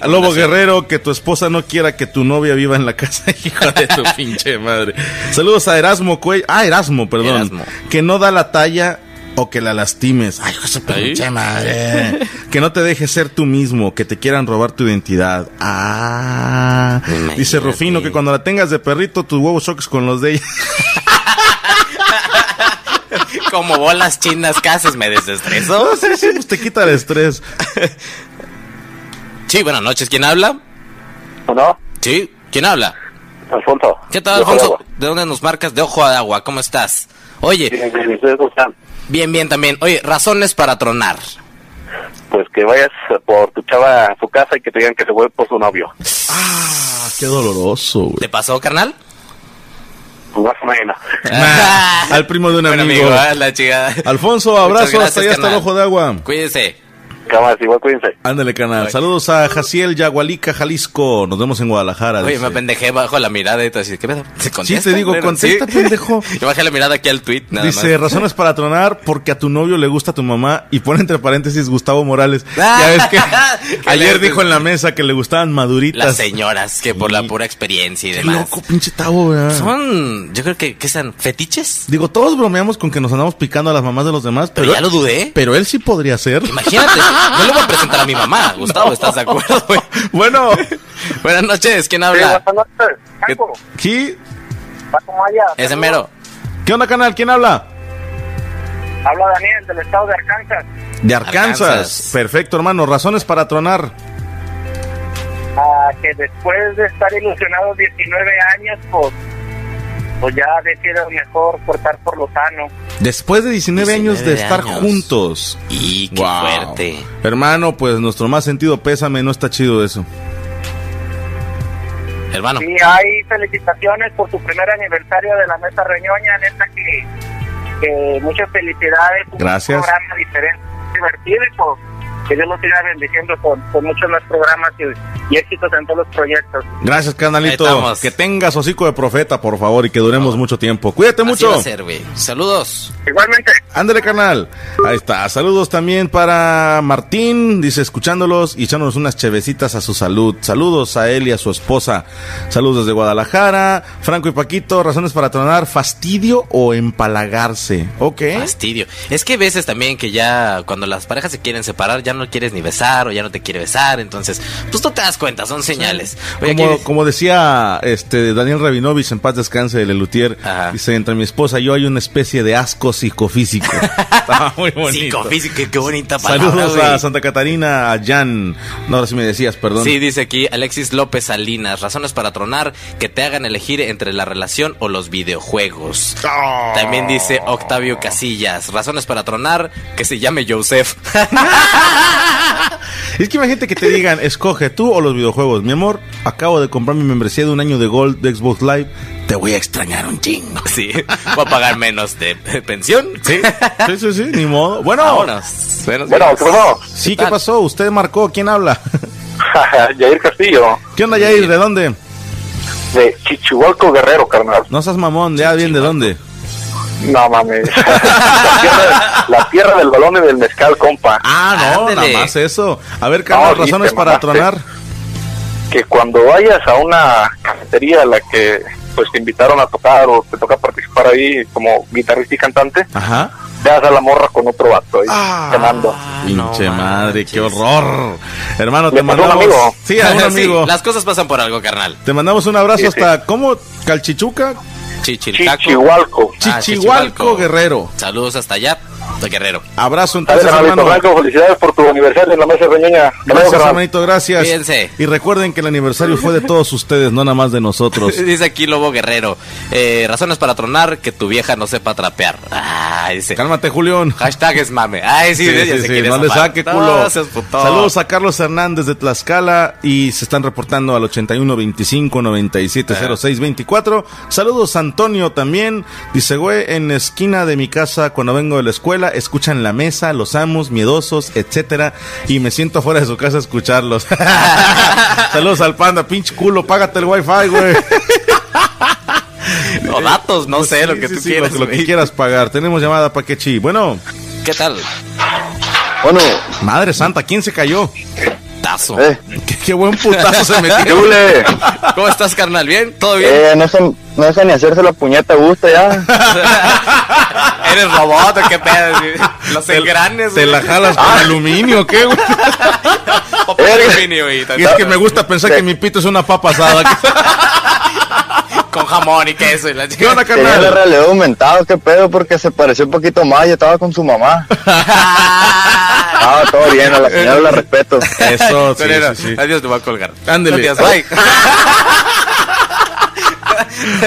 A Lobo Guerrero, que tu esposa no quiera que tu novia viva en la casa, [LAUGHS] hijo de
[LAUGHS]
tu pinche madre. Saludos a Erasmo Cuello, ah, Erasmo, perdón,
Erasmo.
que no da la talla o que la lastimes. Ay, hijo de su pinche madre. Que no te dejes ser tú mismo, que te quieran robar tu identidad. Ah. Dice
Imagínate.
Rufino, que cuando la tengas de perrito, tus huevos choques con los de ella.
[LAUGHS] Como bolas chinas cases, me desestreso.
No, sí, sí, pues te quita el
[LAUGHS]
estrés.
Sí, buenas noches. ¿Quién habla?
¿No?
Sí, ¿quién habla?
Alfonso.
¿Qué tal, Alfonso? ¿De dónde nos marcas? De Ojo de Agua, ¿cómo estás? Oye, bien, bien también. Oye, razones para tronar.
Pues que vayas por tu chava a su casa y que te digan que se fue por su novio.
Ah, qué doloroso, güey.
¿Te pasó, carnal?
Pues más o
[LAUGHS]
menos.
Ah, al primo de un
Bueno,
amigo.
amigo, ah, la chingada.
Alfonso,
Muchas
abrazo
gracias,
hasta allá, hasta el
carnal.
ojo de agua.
Cuídese.
Cámaras, igual cuídense.
Ándale, canal.
Bye.
Saludos a Jaciel Yagualica, Jalisco. Nos vemos en Guadalajara.
Oye,
dice.
me apendejé bajo la mirada y todo así. ¿Qué pedo? ¿Se contesta?
te digo,
Bueno,
contesta, pendejo.
[LAUGHS] Yo bajé la mirada aquí al tweet, nada
Dice,
más.
razones para tronar, porque a tu novio le gusta tu mamá. Y pone entre paréntesis Gustavo
[LAUGHS]
Morales.
Ah,
ya ves
qué
que ayer
lejos.
dijo en la mesa que le gustaban maduritas.
Las señoras que por la pura experiencia y
Qué
demás.
loco, pinche tabo, ¿verdad?
Son, yo creo que, ¿qué son? ¿Fetiches?
Digo, todos bromeamos con que nos andamos picando a las mamás de los demás, pero,
Pero ya lo dudé.
pero él sí podría ser. [LAUGHS]
Imagínate, yo le voy a presentar a mi mamá, Gustavo, ¿estás de acuerdo? [LAUGHS] güey?
bueno,
Buenas noches, ¿quién
sí,
habla?
buenas noches.
¿Qué-
Paco,
¿qué,
Paco Maya.
Ese mero.
¿qué onda, canal? ¿Quién habla?
Habla Daniel del estado de Arkansas.
De Arkansas.
Arkansas.
Perfecto, hermano. Razones para tronar.
Ah, que después de estar ilusionado 19 años, pues, pues ya decidieron mejor cortar por lo sano.
Después de 19, años de
19
estar
años.
juntos.
Y qué
Wow.
fuerte.
Hermano, pues nuestro más sentido pésame, no está chido eso.
Hermano,
Sí, hay felicitaciones por tu primer aniversario de la Mesa Reñoña, neta que, que muchas felicidades. Un
Gracias.
programa diferente, divertido y pues que Dios lo siga bendiciendo con, con muchos más programas y, y éxitos en todos los proyectos.
Gracias,
Ahí
canalito.
estamos.
Que tengas hocico de profeta, por favor, y que duremos mucho tiempo. Cuídate
así
mucho.
va a ser, güey. Saludos.
Igualmente,
Ándale, carnal. Ahí está. Saludos también para Martín. Dice, escuchándolos y echándonos unas chevecitas a su salud. Saludos a él y a su esposa. Saludos desde Guadalajara. Franco y Paquito, razones para tronar, fastidio o empalagarse. Ok.
Fastidio. Es que hay veces también que ya cuando las parejas se quieren separar, ya no quieres ni besar o ya no te quiere besar. Entonces, pues tú te das cuenta, son señales. Oye,
Como,
aquí-
como decía este Daniel Rabinovich en paz descanse de Lutier,
Ajá.
dice, entre mi esposa y yo hay una especie de asco psicofísico. [LAUGHS] Estaba Ah, muy bonito.
Psicofísico, qué- qué bonita palabra.
Saludos
güey.
a Santa Catarina, a Jan. No, ahora sí me decías, perdón.
Sí, dice aquí Alexis López Salinas, razones para tronar que te hagan elegir entre la relación o los videojuegos.
Ah.
También dice Octavio Casillas, razones para tronar que se llame Joseph. [LAUGHS]
Es que imagínate que te digan, escoge tú o los videojuegos. Mi amor, acabo de comprar mi membresía de un año de Gold de Xbox Live. Te voy a extrañar un chingo.
sí, voy a pagar menos de pensión. Sí.
[LAUGHS] Sí, sí, sí, ni modo. Bueno,
[LAUGHS] Vámonos. Buenos
Bueno, [LAUGHS]
días.
¿qué pasó?
sí,
¿qué
¿qué
tal?
pasó? Usted marcó, ¿quién habla? [LAUGHS]
Jair Castillo,
¿Qué onda, Yair? ¿De dónde?
de Chichihualco Guerrero, carnal.
No seas mamón, ya bien, ¿de dónde?
No mames. la, tierra, la tierra del balón y del mezcal, compa.
Ah, no,
Ándale.
nada más eso. A ver, Carlos,
No, sí,
razones
te
para
mamaste.
tronar.
Que cuando vayas a una cafetería a la que pues te invitaron a tocar o te toca participar ahí como guitarrista y cantante,
Ajá.
ve casa la morra con otro vato ahí,
Ah.
cenando.
Ah,
Pinche madre, qué horror. Hermano, te
pasó un
mandamos.
amigo.
Sí,
[LAUGHS]
a un
Sí,
amigo.
las cosas pasan por algo, carnal.
Te mandamos un abrazo
Sí, sí.
hasta. ¿Cómo? Calchichuca,
Ah, Chichiltaco.
Chichihualco.
Ah,
Chichihualco, Guerrero.
Saludos hasta allá, de Guerrero.
Abrazo
Dale,
entonces,
Carnalito
hermano.
Blanco, felicidades por tu aniversario en la mesa reñoña.
Gracias, hermanito, gracias.
Cuídense.
Y recuerden que el aniversario fue de todos ustedes, no nada más
[LAUGHS]
de nosotros.
[LAUGHS] Dice aquí Lobo Guerrero. eh, razones para tronar que tu vieja no sepa trapear. Ah, dice.
Cálmate, Julián.
Hashtag es mame. Ay, sí,
Sí,
ella
sí,
se
sí,
quiere
no le
zafar.
saque,
No,
culo.
seas putón.
Saludos a Carlos Hernández de Tlaxcala y se están reportando al 81 25 97 06 24. Saludos a Antonio también. Dice, güey, en esquina de mi casa cuando vengo de la escuela, escuchan la mesa, los amos, miedosos, etcétera, y me siento fuera de su casa a escucharlos. [LAUGHS] Saludos al panda, pinche culo, págate el wifi, güey.
O datos, [LAUGHS] no sé,
Sí,
lo que
sí,
tú
sí,
quieras.
Lo, lo que
güey.
quieras pagar. Tenemos llamada Paquechi. Bueno,
¿Qué tal?
Bueno,
madre santa, ¿quién se cayó? [LAUGHS]
Tazo. [LAUGHS]
eh,
Qué, qué buen putazo se metió.
¡Yule!
¿Cómo estás, carnal? ¿Bien? ¿Todo bien?
Eh, no sé, no sé ni hacerse la puñeta a
[LAUGHS]
gusto ya.
[LAUGHS] ¿Eres robot o qué pedo? sí? Los engranes,
Te
güey.
la jalas con aluminio, ¿qué, güey?
O por aluminio y
Y es que me gusta pensar que mi pito es una papa asada.
Con jamón y queso y la
¿Qué onda,
Tenía la
carnal?
realidad aumentada, qué pedo, porque se pareció un poquito más. Yo estaba con su mamá.
[LAUGHS]
Ah, todo bien, a la
[LAUGHS]
señora la respeto.
Eso, sí,
Torero,
sí, sí.
Adiós, te voy a colgar.
Ándele.
Gracias, bye.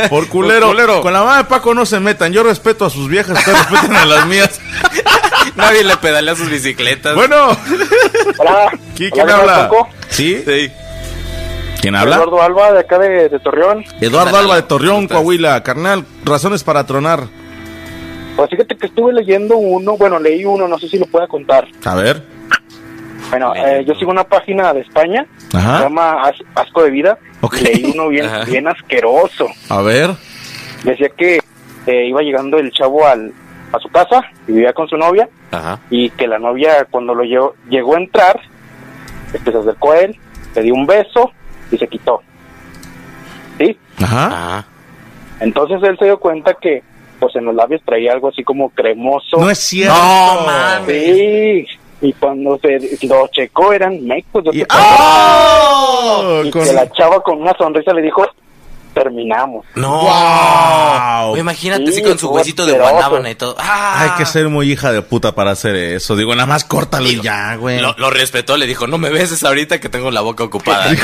Por culero. Con la mamá de Paco no se metan. Yo respeto a sus viejas, ustedes respetan a las mías.
[LAUGHS] Nadie le pedalea sus bicicletas.
Bueno,
Hola.
¿qui-
Hola,
¿quién
¿qué tal,
habla?
Paco?
¿Sí?
Sí.
¿Quién habla?
Eduardo Alba, de acá de, de Torreón.
Eduardo Alba de Torreón,
¿Cómo estás?
Coahuila. Carnal, razones para tronar.
Pues fíjate que estuve leyendo uno, bueno, leí uno, no sé si lo pueda contar.
A ver.
Bueno, eh, yo sigo una página de España,
Ajá.
se llama As- Asco de Vida.
Ok.
Leí uno bien,
Ajá.
bien asqueroso.
A ver.
Decía que eh, iba llegando el chavo al, a su casa, y vivía con su novia,
Ajá.
y que la novia cuando lo llevó- llegó a entrar, este, se acercó a él, le dio un beso y se quitó. ¿Sí? Ah.
Ajá.
Ajá.
Entonces él se dio cuenta que pues en los labios traía algo así como cremoso.
No es cierto.
No, mames.
Sí. Y cuando se lo checó eran mecos. yo
Y-
creo que-
¡Oh!
Ah. y
Con-
que la chava con una sonrisa le dijo, terminamos.
No.
Wow.
Güey, Imagínate
Sí,
así con su
estuvo
huesito de
asqueroso.
guanábana y todo. ¡Ah!
Hay que ser muy hija de puta para hacer eso. Digo, nada más córtalo y ya, güey.
Lo, lo respetó, le dijo, no me beses ahorita que tengo la boca ocupada. ¿no?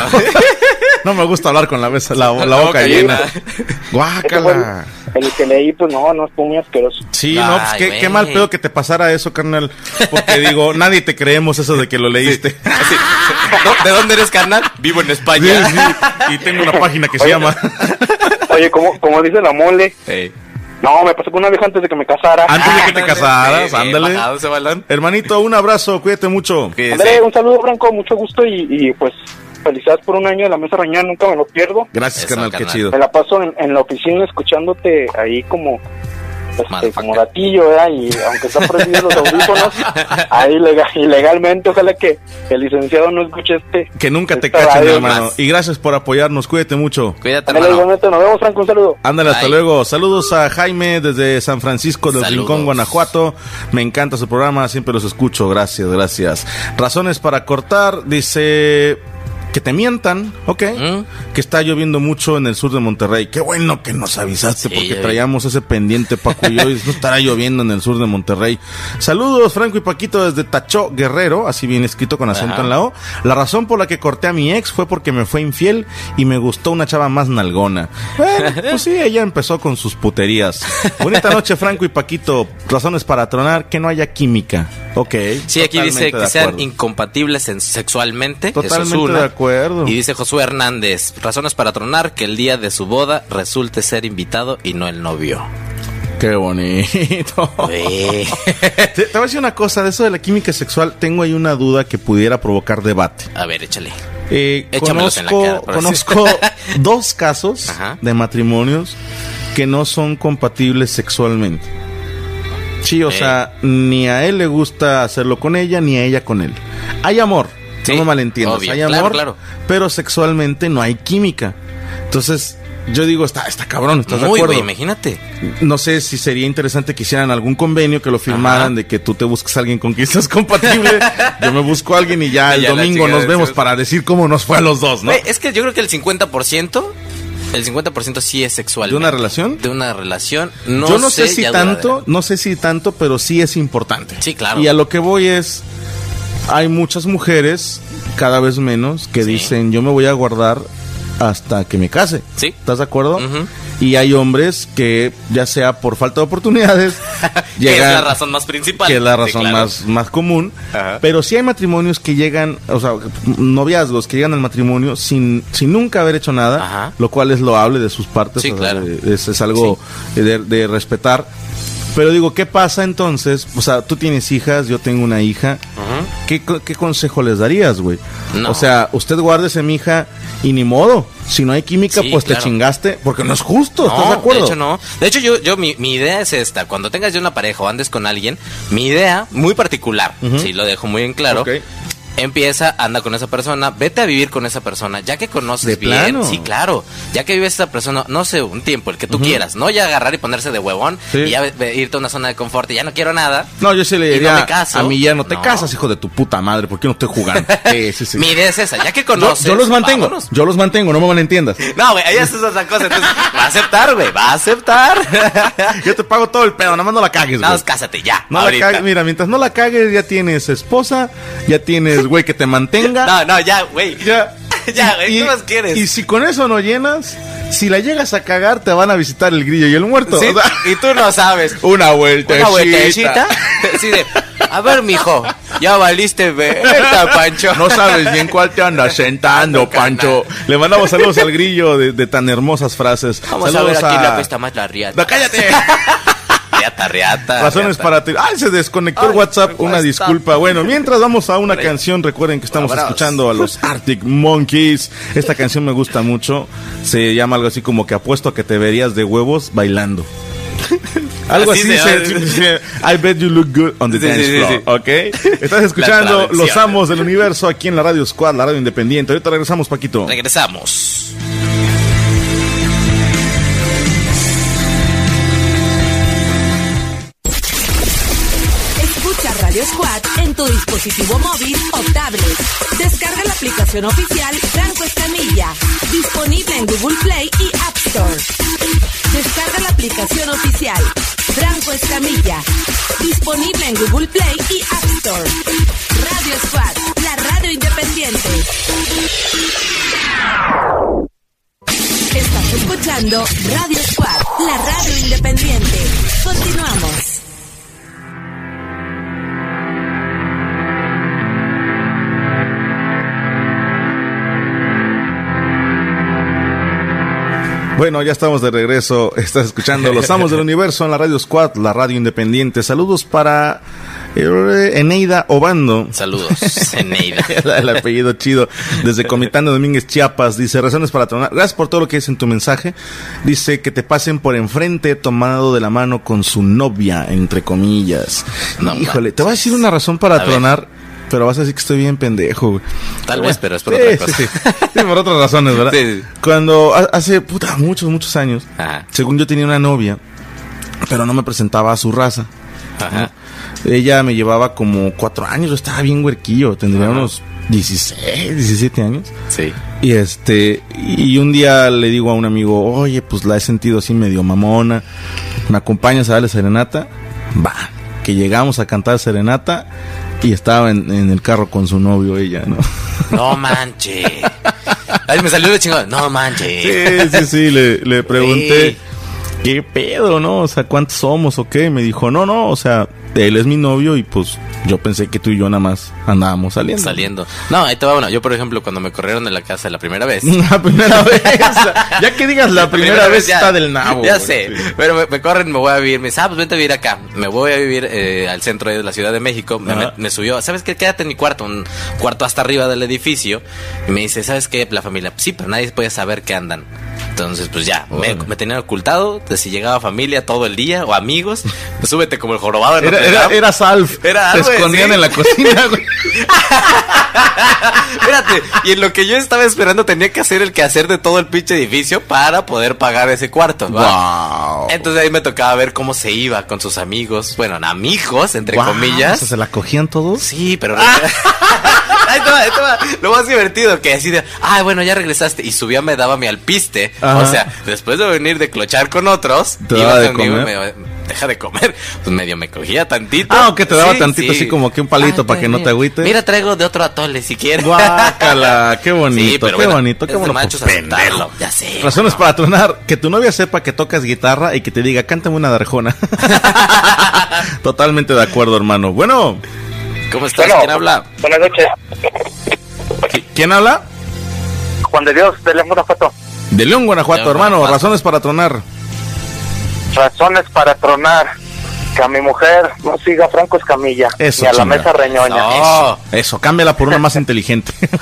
No me gusta hablar con la, besa- la, [LAUGHS] la boca llena.
Ese fue el-
Guácala.
el que leí, pues no, no, estuvo muy asqueroso.
Sí, no, pues
Ay,
qué,
güey.
qué mal pedo que te pasara eso, carnal. Porque
[LAUGHS]
digo, nadie te creemos eso de que lo leíste.
Así. [LAUGHS] ¿No? ¿De dónde eres, carnal? Vivo en España.
Sí, sí. Y tengo una página que se
Oye.
llama [LAUGHS]
Oye, como, como dice la mole,
[LAUGHS] Ey.
no, me pasó con una vieja antes de que me casara.
Antes de que te
Ándale,
casaras,
sí,
ándale.
bajado ese balón.
Hermanito, un abrazo, cuídate mucho.
Que
André,
sí.
un saludo, Franco, mucho gusto y, y, pues felicidades por un año de la mesa reñada, nunca me lo pierdo.
Gracias,
Eso,
carnal, qué
carnal.
chido.
Me la paso en, en la oficina escuchándote ahí como... Este,
Motherfucker.
como gatillo, ¿verdad? Y aunque están prohibidos los
[LAUGHS]
audífonos, ahí lega- ilegalmente, ojalá que el licenciado no escuche este.
Que nunca te
esta
cachen,
radio.
hermano.
más.
Y gracias por apoyarnos, cuídate mucho.
Cuídate,
Ándale,
hermano.
igualmente, nos vemos, Franco, un saludo.
Ándale, hasta
Bye.
luego. Saludos a Jaime desde San Francisco del
Saludos.
Rincón, Guanajuato. Me encanta su programa, siempre los escucho. Gracias, gracias. Razones para cortar, dice... Que te mientan, ok.
¿Mm?
Que está lloviendo mucho en el sur de Monterrey. Qué bueno que nos avisaste
Sí,
porque
ya vi.
traíamos ese pendiente, Paco y yo. y no estará lloviendo en el sur de Monterrey. Saludos, Franco y Paquito, desde Tacho Guerrero, así bien escrito con acento
Ajá.
en la O. La razón por la que corté a mi ex fue porque me fue infiel y me gustó una chava más nalgona. Bueno,
[LAUGHS]
pues sí, ella empezó con sus puterías. Bonita noche, Franco y Paquito. Razones para tronar, que no haya química. Ok.
Sí, aquí
totalmente
dice
de
que sean
acuerdo.
incompatibles en- sexualmente. eso es
Totalmente
una.
de acuerdo.
Y dice Josué Hernández, razones para tronar que el día de su boda resulte ser invitado y no
[LAUGHS]
el novio.
Qué bonito. [LAUGHS]
Güey.
Te, te voy a decir una cosa, de eso de la química sexual, tengo ahí una duda que pudiera provocar debate.
A ver, échale.
Eh,
Échamelos en la
conozco
cara, por así
conozco dos casos
Ajá.
de matrimonios que no son compatibles sexualmente. Sí, o
Ey.
sea, ni a él le gusta hacerlo con ella, ni a ella con él. Hay amor,
Sí,
no me malentiendas,
obvio,
hay
claro,
amor,
claro.
pero sexualmente no hay química. Entonces, Yo digo, está, está cabrón, ¿estás de
Muy,
acuerdo?
güey, imagínate.
No sé si sería interesante que hicieran algún convenio que lo firmaran
Ajá.
de que tú te busques a alguien con quien seas
[LAUGHS]
compatible. yo me busco a alguien y ya
Y
el
ya la
domingo
chingada,
nos vemos
¿sabes?
para decir cómo nos fue a los dos, ¿no?
Güey, es que yo creo que el 50%, el 50% sí es sexual.
¿De una relación?
De una relación. No
yo no sé, si
ya
tanto,
duradera.
no sé si tanto, pero sí es importante.
Sí, claro.
Y a lo que voy es, hay muchas mujeres, cada vez menos, que
Sí.
dicen, yo me voy a guardar hasta que me case.
Sí.
¿Estás de acuerdo?
Ujú.
Y hay hombres que, ya sea por falta de oportunidades,
[LAUGHS] Que es
llegan-
la razón más principal.
que es la
Sí,
razón
claro.
más, más común.
Ajá.
Pero sí hay matrimonios que llegan, o sea, noviazgos que llegan al matrimonio sin, sin nunca haber hecho nada,
Ajá.
lo cual es loable de sus partes.
Sí,
o sea, eh,
claro.
es, es algo de, de respetar. Pero digo, ¿qué pasa entonces? O sea, tú tienes hijas, yo tengo una hija. ¿Qué, co- qué consejo les darías, güey?
No.
O sea, usted guárdese mi hija y ni modo. Si no hay química,
Sí,
pues
claro.
te chingaste, porque no es justo,
No,
¿estás de acuerdo?
hecho, no. De hecho, yo, yo mi, mi idea es esta. Cuando tengas ya una pareja o andes con alguien, mi idea, muy particular, sí, lo dejo muy en claro.
Ok.
Empieza, anda con esa persona, vete a vivir con esa persona, ya que conoces
De
bien,
plano.
sí, claro, ya que vives esa persona, no sé, un tiempo, el que tú quieras, no ya agarrar y ponerse de huevón
Sí.
y ya ve- ve- irte a una zona de confort y ya no quiero nada.
No, yo sí le
Y no
diría
me caso.
a mi ya no te
No.
casas, hijo de tu puta madre, ¿por qué no estoy
[LAUGHS]
jugando? Sí, sí, sí.
Mi idea es esa, ya que
yo,
conoces.
yo los mantengo,
vámonos.
yo los mantengo, no me
[LAUGHS]
malentiendas.
No, güey, ahí es otra cosa, entonces va a aceptar, güey, va a aceptar.
[LAUGHS] Yo te pago todo el pedo, nada más no la cagues,
Nada
güey.
más cásate ya.
No la
ahorita.
cagues, mira, mientras no la cagues ya tienes esposa, ya
[LAUGHS]
tienes güey que te mantenga.
No, no, ya, güey.
Ya.
[LAUGHS] Ya, güey,
Y-
¿qué más quieres?
Y si con eso no llenas, si la llegas a cagar te van a visitar el grillo y el muerto. [LAUGHS]
Sí,
o sea,
y tú no sabes.
una vuelta. [LAUGHS]
Una vueltecita. Sí, de, a ver, mijo, ya
[LAUGHS]
valiste verga, Pancho.
No sabes bien cuál te andas sentando, Pancho. Le mandamos saludos al grillo de, de tan hermosas frases.
Vamos
saludos
a ver a quién le apesta más la riata.
No, cállate.
[LAUGHS] Riata, riata.
Razones
riata.
para ti. Ay, se desconectó el
Ay, pues,
WhatsApp.
el
Una
WhatsApp.
disculpa. Bueno, mientras vamos a una canción, recuerden que estamos
Vámonos.
escuchando a los Arctic Monkeys. Esta canción me gusta mucho. Se llama algo así como que apuesto a que te verías de huevos
[LAUGHS]
bailando. Algo
Así
así,
se-
[LAUGHS] se- se- I bet you look good on the
Sí,
dance
sí, sí,
floor,
sí. [LAUGHS]
¿ok? Estás escuchando
traducción.
Los Amos del Universo aquí en la Radio Squad, la radio independiente. Ahorita regresamos, Paquito.
Regresamos.
Escucha Radio Squad en tu dispositivo móvil o tablet. Descarga la aplicación oficial Franco Escamilla, disponible en Google Play y App Store. Descarga la aplicación oficial Franco Escamilla, disponible en Google Play y App Store. Radio Squad, la radio independiente. Estás escuchando Radio Squad, la radio independiente. Continuamos.
Bueno, ya estamos de regreso. [LAUGHS] Estás escuchando Los Amos del Universo en la Radio Squad, la radio independiente. Saludos para eh, Eneida Obando. [LAUGHS]
Saludos, Zeneida.
El apellido chido. Desde Comitán de Domínguez, Chiapas. Dice, razones para tronar. Gracias por todo lo que dice en tu mensaje. Dice que te pasen por enfrente tomado de la mano con su novia, entre comillas.
No
Híjole, te voy a decir una razón para
A ver.
tronar. Pero vas a decir que estoy bien pendejo, güey.
Tal vez, pero es por
Sí,
otra cosa.
Sí, sí. Sí, por otras razones, ¿verdad?
[LAUGHS] Sí, sí.
Cuando ha- hace puta, muchos, muchos años,
Ajá.
según yo tenía una novia, pero no me presentaba a su raza.
Ajá.
Ella me llevaba como cuatro años, yo estaba bien huerquillo, tendría unos 16, 17 años.
Sí.
Y este, y un día le digo a un amigo, oye, pues la he sentido así medio mamona, ¿me acompañas a darle serenata? Va, que llegamos a cantar serenata y estaba en, en el carro con su novio ella, ¿no?
No manches. Ay, me salió de chingón. No manches.
[LAUGHS] Sí, sí, sí, le, le pregunté,
Sí.
¿qué pedo, no? O sea, ¿cuántos somos o qué? Y Me dijo, no, no, o sea, él es mi novio y pues yo pensé que tú y yo nada más andábamos saliendo.
Saliendo. No, ahí te va una. Yo, por ejemplo, cuando me corrieron de la casa la primera
[LAUGHS]
vez.
La primera vez. Ya que digas [LAUGHS] la, primera, vez
ya-
está del nabo.
Ya
güey.
sé.
Sí.
Pero me, me corren, me voy a vivir. Me dice, ah, pues vente a vivir acá. Me voy a vivir eh, al centro de la Ciudad de México. Me,
Ajá.
me subió, ¿sabes qué? Quédate en mi cuarto, un cuarto hasta arriba del edificio. Y me dice, ¿sabes qué? La familia, sí, pero nadie puede saber que andan. Entonces, pues ya, me,
Órale.
me tenían ocultado de si llegaba familia todo el día o amigos. pues, súbete como el jorobado. de
Era,
Notre
era,
Dame.
era Salf.
Era
Se
algo de-
escondían
sí. [LAUGHS]
en la cocina, güey.
Espérate, y en lo que yo estaba esperando tenía que hacer el quehacer de todo el pinche edificio para poder pagar ese cuarto. ¿va?
Wow.
Entonces ahí me tocaba ver cómo se iba con sus amigos, bueno, amigos, entre
Wow, o sea,
comillas.
¿Se la cogían todos?
Sí, pero...
Ah.
[LAUGHS] Ahí te va, ahí te va. Lo más divertido que así de, ay, bueno, ya regresaste. Y subía, me daba mi alpiste.
Ajá.
O sea, después de venir de clochar con otros,
Te
iba
daba de
conmigo y
comer.
me- deja de comer. Pues medio me cogía tantito.
Ah, ok, te daba tantito así como que un palito para que no te agüites.
Mira, traigo de otro atole si quieres.
Guácala, qué bonito,
Sí, pero
qué
bueno,
bonito, qué
es de
bonito.
machos
pendejo.
aceptarlo, ya sé.
Razones para tronar, que tu novia sepa que tocas guitarra y que te diga, cántame una
[LAUGHS]
darjona. [LAUGHS] Totalmente de acuerdo, hermano. Bueno,
¿Cómo estás?
Bueno.
¿Quién habla?
Buenas noches.
¿qui- ¿quién habla?
Juan de Dios, de León, Guanajuato.
De León, Guanajuato,
León,
hermano.
Guanajuato.
Razones para tronar.
Razones para tronar. Que a mi mujer no siga a Franco Escamilla.
Eso,
ni a la
chinga.
mesa reñoña.
No.
Eso, cámbiala por una más inteligente. [LAUGHS]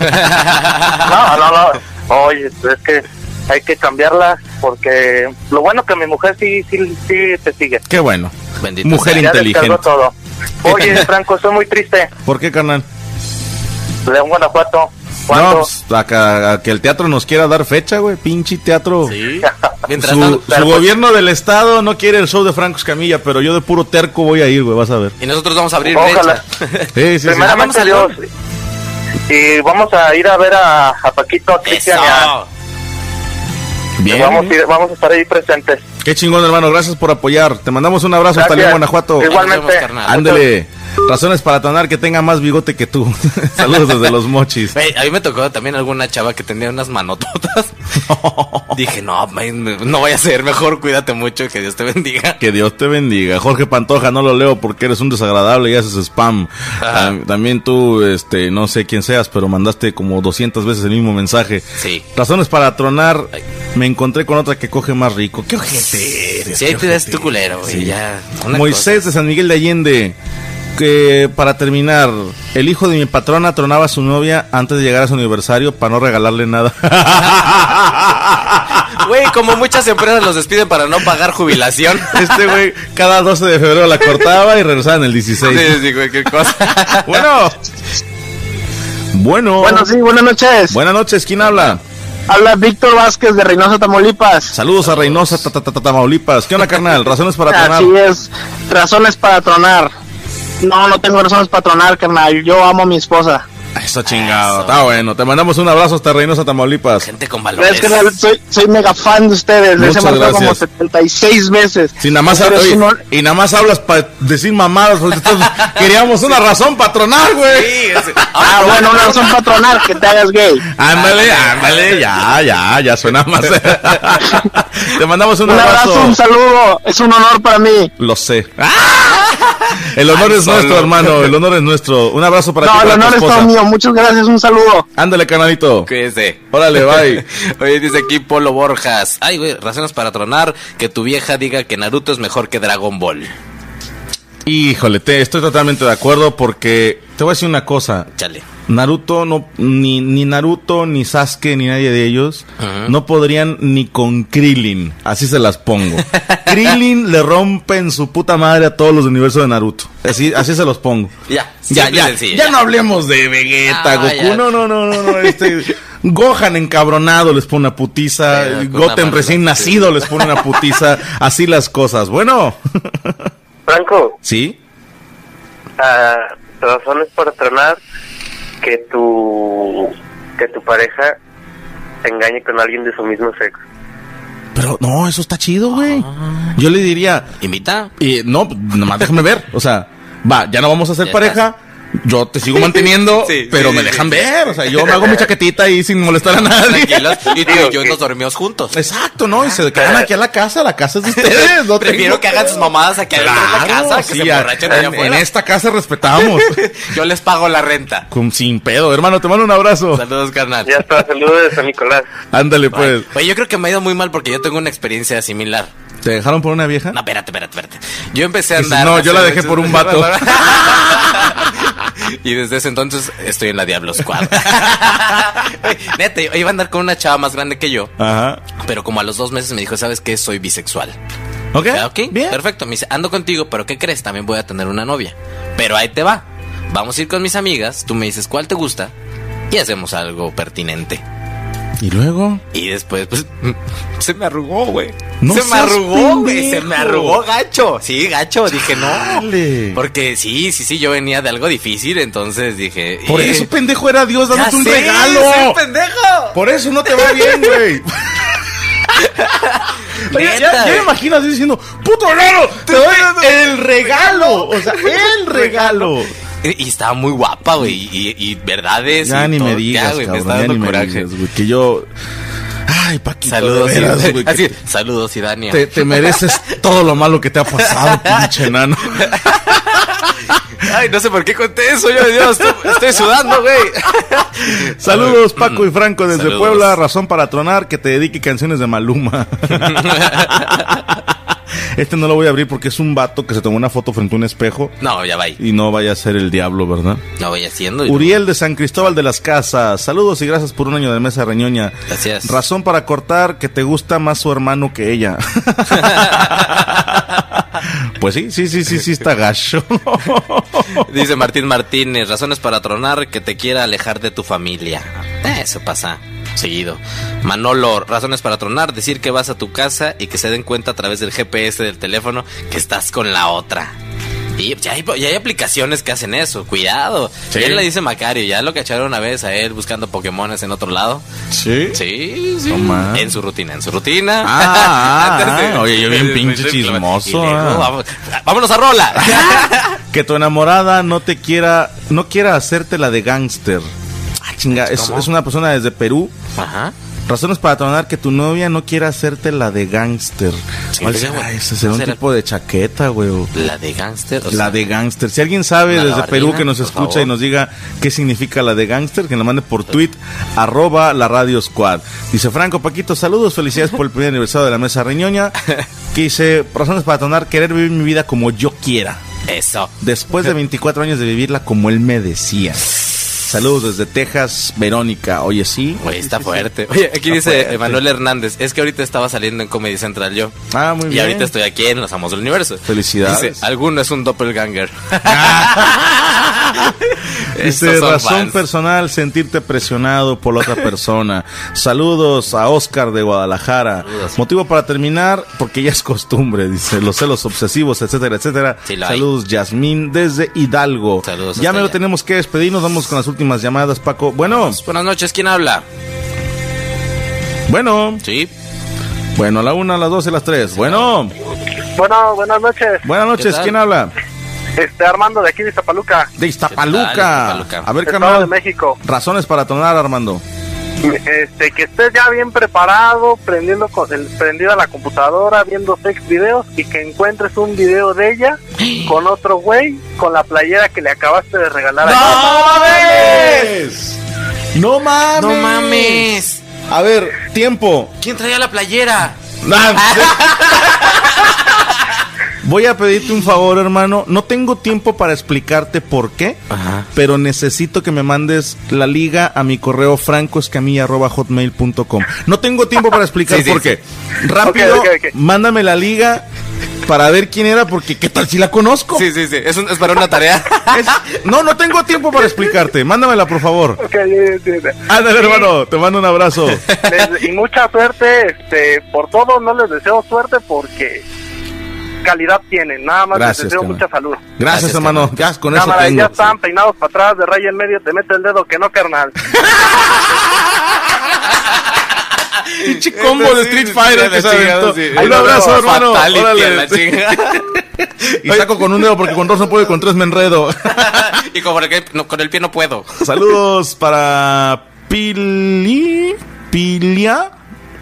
No, no, no. Oye, es que hay que cambiarla porque lo bueno que mi mujer sí, sí, sí te sigue.
qué bueno.
Bendito
Mujer
sea.
Ya
inteligente.
descargó todo. Oye,
[LAUGHS]
Franco, estoy muy triste.
¿Por qué, carnal?
León, Guanajuato.
No,
¿Cuándo?
pues, a que, a que el teatro nos quiera dar fecha, güey. Pinche teatro.
Sí.
Su,
Mientras
su
tanto- pues
gobierno del estado no quiere el show de Franco Escamilla, pero yo de puro terco voy a ir, güey, vas a ver.
Y nosotros vamos a abrir
Ojalá.
brecha.
Sí, sí, sí.
Primeramente
Ah,
Dios.
vamos al
Y vamos a ir a ver a, a Paquito, a
[LAUGHS]
Cristian. y a-
Eso.
Bien.
Vamos, a ir- vamos a estar ahí presentes.
Qué chingón, hermano. Gracias por apoyar. Te mandamos un abrazo hasta
Gracias.
León, Guanajuato.
Ahí nos vemos,
Igualmente.
carnal.
Ándale. Razones para tanar que tenga más bigote que tú. [LAUGHS] Saludos desde los mochis.
Güey, a mí me tocó también alguna chava que tenía unas manototas. Dije, no, man, me- no vaya a ser, mejor cuídate mucho, que Dios te bendiga.
Que Dios te bendiga. Jorge Pantoja, no lo leo porque eres un desagradable y haces spam.
Ajá.
Tam- También tú, este, no sé quién seas, pero mandaste como 200 veces el mismo mensaje.
Sí.
Razones para tronar. Me encontré con otra que coge más rico. Qué ojete eres.
Si ahí
qué
te das
ojete
tu culero, güey,
Sí.
ya. una
Moisés de San Miguel de Allende. Que para terminar, el hijo de mi patrona tronaba a su novia antes de llegar a su aniversario para no regalarle
[LAUGHS]
nada.
cosa. Güey, como muchas empresas los despiden para no pagar jubilación.
[LAUGHS] Este güey cada 12 de febrero la cortaba y regresaba en el 16.
[LAUGHS] Sí, sí, güey, qué cosa.
[LAUGHS] Bueno. Bueno.
Bueno, sí, buenas noches.
Buenas noches, ¿quién habla?
Habla Víctor Vázquez de Reynosa, Tamaulipas.
Saludos a Reynosa, ta- ta- ta- ta- Tamaulipas. ¿Qué onda, carnal? Razones para tronar.
Así es. Razones para tronar. No, no tengo razones para tronar, carnal. Yo amo a mi esposa.
Eso chingado.
Eso.
Está bueno. Te mandamos un abrazo hasta Reynosa, Tamaulipas.
Gente con
Es
valores.
que soy, soy mega fan de ustedes. Les he
Muchas
marcado como
gracias.
76 veces.
Si nada más,
Pero es
oye,
un hon-
y nada más hablas para decir mamadas. pues,
[LAUGHS]
entonces, queríamos una razón patronal, güey.
Sí, ese-
Ah, bueno, una razón para tronar, que te hagas gay.
Ándale, ándale, ya, ya, ya
[LAUGHS]
suena más. Te mandamos un,
Un abrazo, un saludo. Es un honor para mí.
Lo sé.
Ah.
El honor
Ay,
es nuestro,
solo.
hermano. El honor es nuestro. Un abrazo para ti.
No, el
para tu
honor es todo
esposa.
mío. Muchas gracias. Un saludo.
Ándale, canalito.
Cuídense.
[LAUGHS]
Órale, bye.
[LAUGHS] Oye, dice aquí Polo Borjas. Ay, güey, razones para tronar. Que tu vieja diga que Naruto es mejor que Dragon Ball.
Híjole, te, estoy totalmente de acuerdo porque te voy a decir una cosa.
Chale.
Naruto no ni, ni Naruto ni Sasuke ni nadie de ellos
Ajá.
no podrían ni con Krillin, así se
[LAUGHS]
las pongo. Krillin le rompen su puta madre a todos los universos de Naruto. Así así se los pongo.
Ya,
Ya,
simple y
ya,
sencillo,
ya
ya.
no hablemos de Vegeta,
Ah,
Goku.
ya.
No, no, no, no, no.
[LAUGHS]
Este, Gohan encabronado les pone una
Sí,
putiza. eh,
con una
Goten
mano,
recién
sí.
nacido les pone una putiza. Así las cosas. Bueno,
Franco,
¿sí?
ah, razones para tronar que tu que tu pareja te engañe con alguien de su mismo sexo.
Pero no, eso está chido, güey.
Ah.
Yo le diría,
Invita.
eh, no, nomás déjame ver. O sea, va, ya no vamos a ser
Ya
pareja. Yo te sigo manteniendo,
[LAUGHS] Sí,
pero
sí,
me
sí,
dejan
sí.
ver. O sea, yo me hago mi chaquetita y sin molestar a nadie.
Tranquilos. Y tú y yo nos dormimos
[LAUGHS]
juntos.
Exacto, ¿no? Y se quedan aquí a la casa, la casa es
[LAUGHS]
de ustedes. No
Prefiero
tengo-
que hagan sus mamadas aquí adentro de la
Claro,
casa, que
sí,
se
a-
emborrachen allá
en, este en
afuera.
esta casa
[LAUGHS]
respetamos.
Yo les pago la renta.
Con, sin pedo, hermano, te mando un abrazo.
Saludos, carnal.
Ya
[LAUGHS]
está, saludos de San Nicolás.
Ándale, pues.
Oye, yo creo que me ha ido muy mal porque yo tengo una experiencia similar.
¿Te dejaron por una vieja?
No, espérate, espérate, espérate. Yo empecé a
Dices,
andar.
"No, yo la
hace
dejé
muchos- [LAUGHS]
por un vato".
y desde ese entonces estoy en la
[LAUGHS]
Diablo Squad. Oye, Neta, yo iba a andar con una chava más grande que yo,
Ajá.
pero como a los dos meses me dijo, ¿sabes qué? Soy bisexual.
¿Ok?
Ah, Ok,
Bien.
perfecto. Me dice, ando contigo, pero ¿qué crees? También voy a tener una novia. Pero ahí te va. vamos a ir con mis amigas, tú me dices cuál te gusta y hacemos algo pertinente.
¿Y luego?
Y después, pues, [LAUGHS] se me arrugó, güey.
No
se me
seas
arrugó, güey.
pendejo.
Se me arrugó gacho. Sí, gacho. Dije, no.
Dale.
Porque sí, sí, sí, yo venía de algo difícil, entonces dije.
Por
eh,
eso, pendejo, era Dios
ya
dándote un
sé,
regalo.
soy un pendejo!
Por eso no te va bien,
[LAUGHS]
güey. Oye, ya,
Neta, eh.
ya me
güey.
imagino así diciendo, puto raro, te
[LAUGHS]
doy el regalo. O sea, el regalo.
Y, y estaba muy guapa, güey. Y, y- y verdades.
Ya
y
ni
todo.
me
Ya,
digas,
güey, me
cabrón,
está
ya
dando
ni me
coraje.
digas, güey, que yo... Ay, Paquito,
Saludos,
de veras,
Idania.
güey, que
Así, saludos, Idania.
te, te mereces todo lo malo que te ha
[LAUGHS]
pasado, pinche enano.
Ay, no sé por qué conté eso, yo, Dios. Estoy, estoy
[LAUGHS]
sudando, güey. [LAUGHS]
Saludos, Paco y Franco desde
Saludos.
Puebla, razón para tronar, que te dedique canciones de Maluma. [LAUGHS] este no lo voy a abrir porque es un vato que se tomó una foto frente a un espejo
No, ya va. ahí.
y no vaya a ser el diablo, ¿verdad?
No voy haciendo. y-
Uriel de San Cristóbal de las Casas, saludos y gracias por un año de mesa reñoña.
Gracias.
Pues, Razón para cortar que te gusta más su hermano que
[LAUGHS]
ella. pues sí, sí, sí, sí, sí, está gacho.
Dice Martín Martínez, razones para tronar que te quiera alejar de tu familia. Eh, Eso pasa seguido. Manolo, razones para tronar, decir que vas a tu casa y que se den cuenta a través del GPS del teléfono que estás con la otra. Y ya hay, ya hay aplicaciones que hacen eso, cuidado.
Sí.
Ya le dice Macario, ya lo cacharon una vez a él buscando Pokémones en otro lado.
¿Sí?
Sí, sí.
No más.
en su rutina, en su [LAUGHS] rutina.
Ah, ah,
Antes
ah. Oye, yo bien pinche
Y luego,
chismoso, ah.
vamos- vámonos
[LAUGHS]
a Rola.
Que tu enamorada no te quiera, no quiera hacerte la de gángster. Ah, chinga, es,
¿Cómo?
es una persona desde Perú.
Ajá.
Razones para tronar que tu novia no quiera hacerte la de gángster.
Sí,
¿Cuál
sí,
será
güey.
ese? ¿Será un
¿Será?
tipo de chaqueta, güey? o-
La de gangster. o
La
sea,
de gángster. Si alguien sabe
la
desde
gabardina,
Perú que nos
por
escucha
favor.
y nos diga qué significa la de gángster, que la mande por tweet, arroba la radio squad. Dice Franco Paquito, saludos, felicidades por el primer aniversario de la mesa
[LAUGHS]
reñoña. Que dice, razones para tronar, querer vivir mi vida como yo quiera.
Eso.
Después
[LAUGHS]
de 24 años de vivirla como él me decía. Saludos desde Texas, Verónica. Oye, sí.
Güey, está fuerte. Oye, aquí
Está
dice
fuerte.
Emanuel Hernández. Es que ahorita estaba saliendo en Comedy Central yo.
Ah, muy
y
bien.
ahorita estoy aquí en Los Amos del Universo.
Felicidades.
Dice, alguno es un doppelganger. Estos
[LAUGHS] Dice,
son
razón
fans.
personal, sentirte presionado por la otra persona. Saludos a Oscar de Guadalajara.
Saludos.
Motivo para terminar, porque ya es costumbre, dice, los celos obsesivos, etcétera, etcétera.
Sí, lo hay.
Saludos, Yasmín, desde Hidalgo.
Saludos
ya
hasta
me lo
allá.
tenemos que despedir, nos vamos con las últimas llamadas, Paco. Bueno,
Buenas noches, ¿quién habla?
bueno,
Sí.
bueno, a la una, a las dos y a las tres. Bueno,
Bueno, buenas noches.
buenas
¿Qué
noches,
tal?
¿quién habla?
Este Armando de aquí de Iztapaluca,
De
¿Qué tal,
Iztapaluca.
Iztapaluca?
A ver,
Estado de
carnal,
México.
razones para tonar, Armando.
Este, que estés ya bien preparado, prendiendo con- el- prendida la computadora, viendo sex videos y que encuentres un video de ella con otro güey con la playera que le acabaste de regalar. a
mames! ¡No mames!
No mames.
A ver, tiempo.
¿Quién traía la playera?
[LAUGHS] Voy a pedirte un favor, hermano. No tengo tiempo para explicarte por qué,
Ajá.
pero necesito que me mandes la liga a mi correo francoescamilla.hotmail.com. No tengo tiempo para explicar
Sí, sí,
por
sí.
qué. Rápido,
Ok, ok, ok.
mándame la liga para ver quién era, porque qué tal si la conozco.
Sí, sí, sí. Es, un- es para una
[LAUGHS]
tarea.
Es- no, no tengo tiempo para explicarte. Mándamela, por favor.
Ok, sí, sí, sí.
Ándale, hermano. Te mando un abrazo.
Les- y mucha suerte este, por todo. No les deseo suerte porque calidad tienen. Nada más
Gracias,
les deseo
carnal.
mucha salud.
Gracias, hermano. Ya con eso
Cámara,
tengo.
ya están peinados para atrás, de raya en medio, te mete el dedo que no, carnal.
Pinche combo de Street Fighter que se aventó. Un abrazo, hermano. Órale. [LAUGHS] Y saco con un dedo porque con dos no puedo y con tres me enredo.
y como el que- no, con el pie no puedo.
[LAUGHS] Saludos para Pili... Pilia...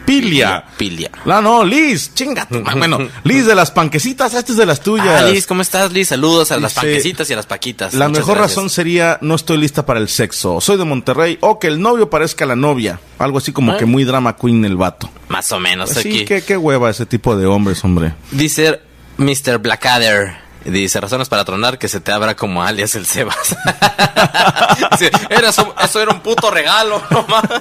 Pilia.
Pilia.
No, no, Liz, chinga. tu madre. Bueno, Liz de las panquecitas, este es de las tuyas.
Ah, Liz, ¿cómo estás, Liz? Saludos a las
Dice,
panquecitas y a las paquitas.
La
Muchas
mejor
gracias.
razón sería no estoy lista para el sexo. Soy de Monterrey o que el novio parezca la novia. Algo así como que muy drama queen el vato.
Más o menos
Sí,
Ah. aquí.
qué, qué hueva ese tipo de hombres, hombre.
Dice Mr. Blackadder. Dice, razones para tronar que se te abra como alias el Sebas. [LAUGHS]
[LAUGHS]
Dice, era su- eso era un puto regalo, no mames.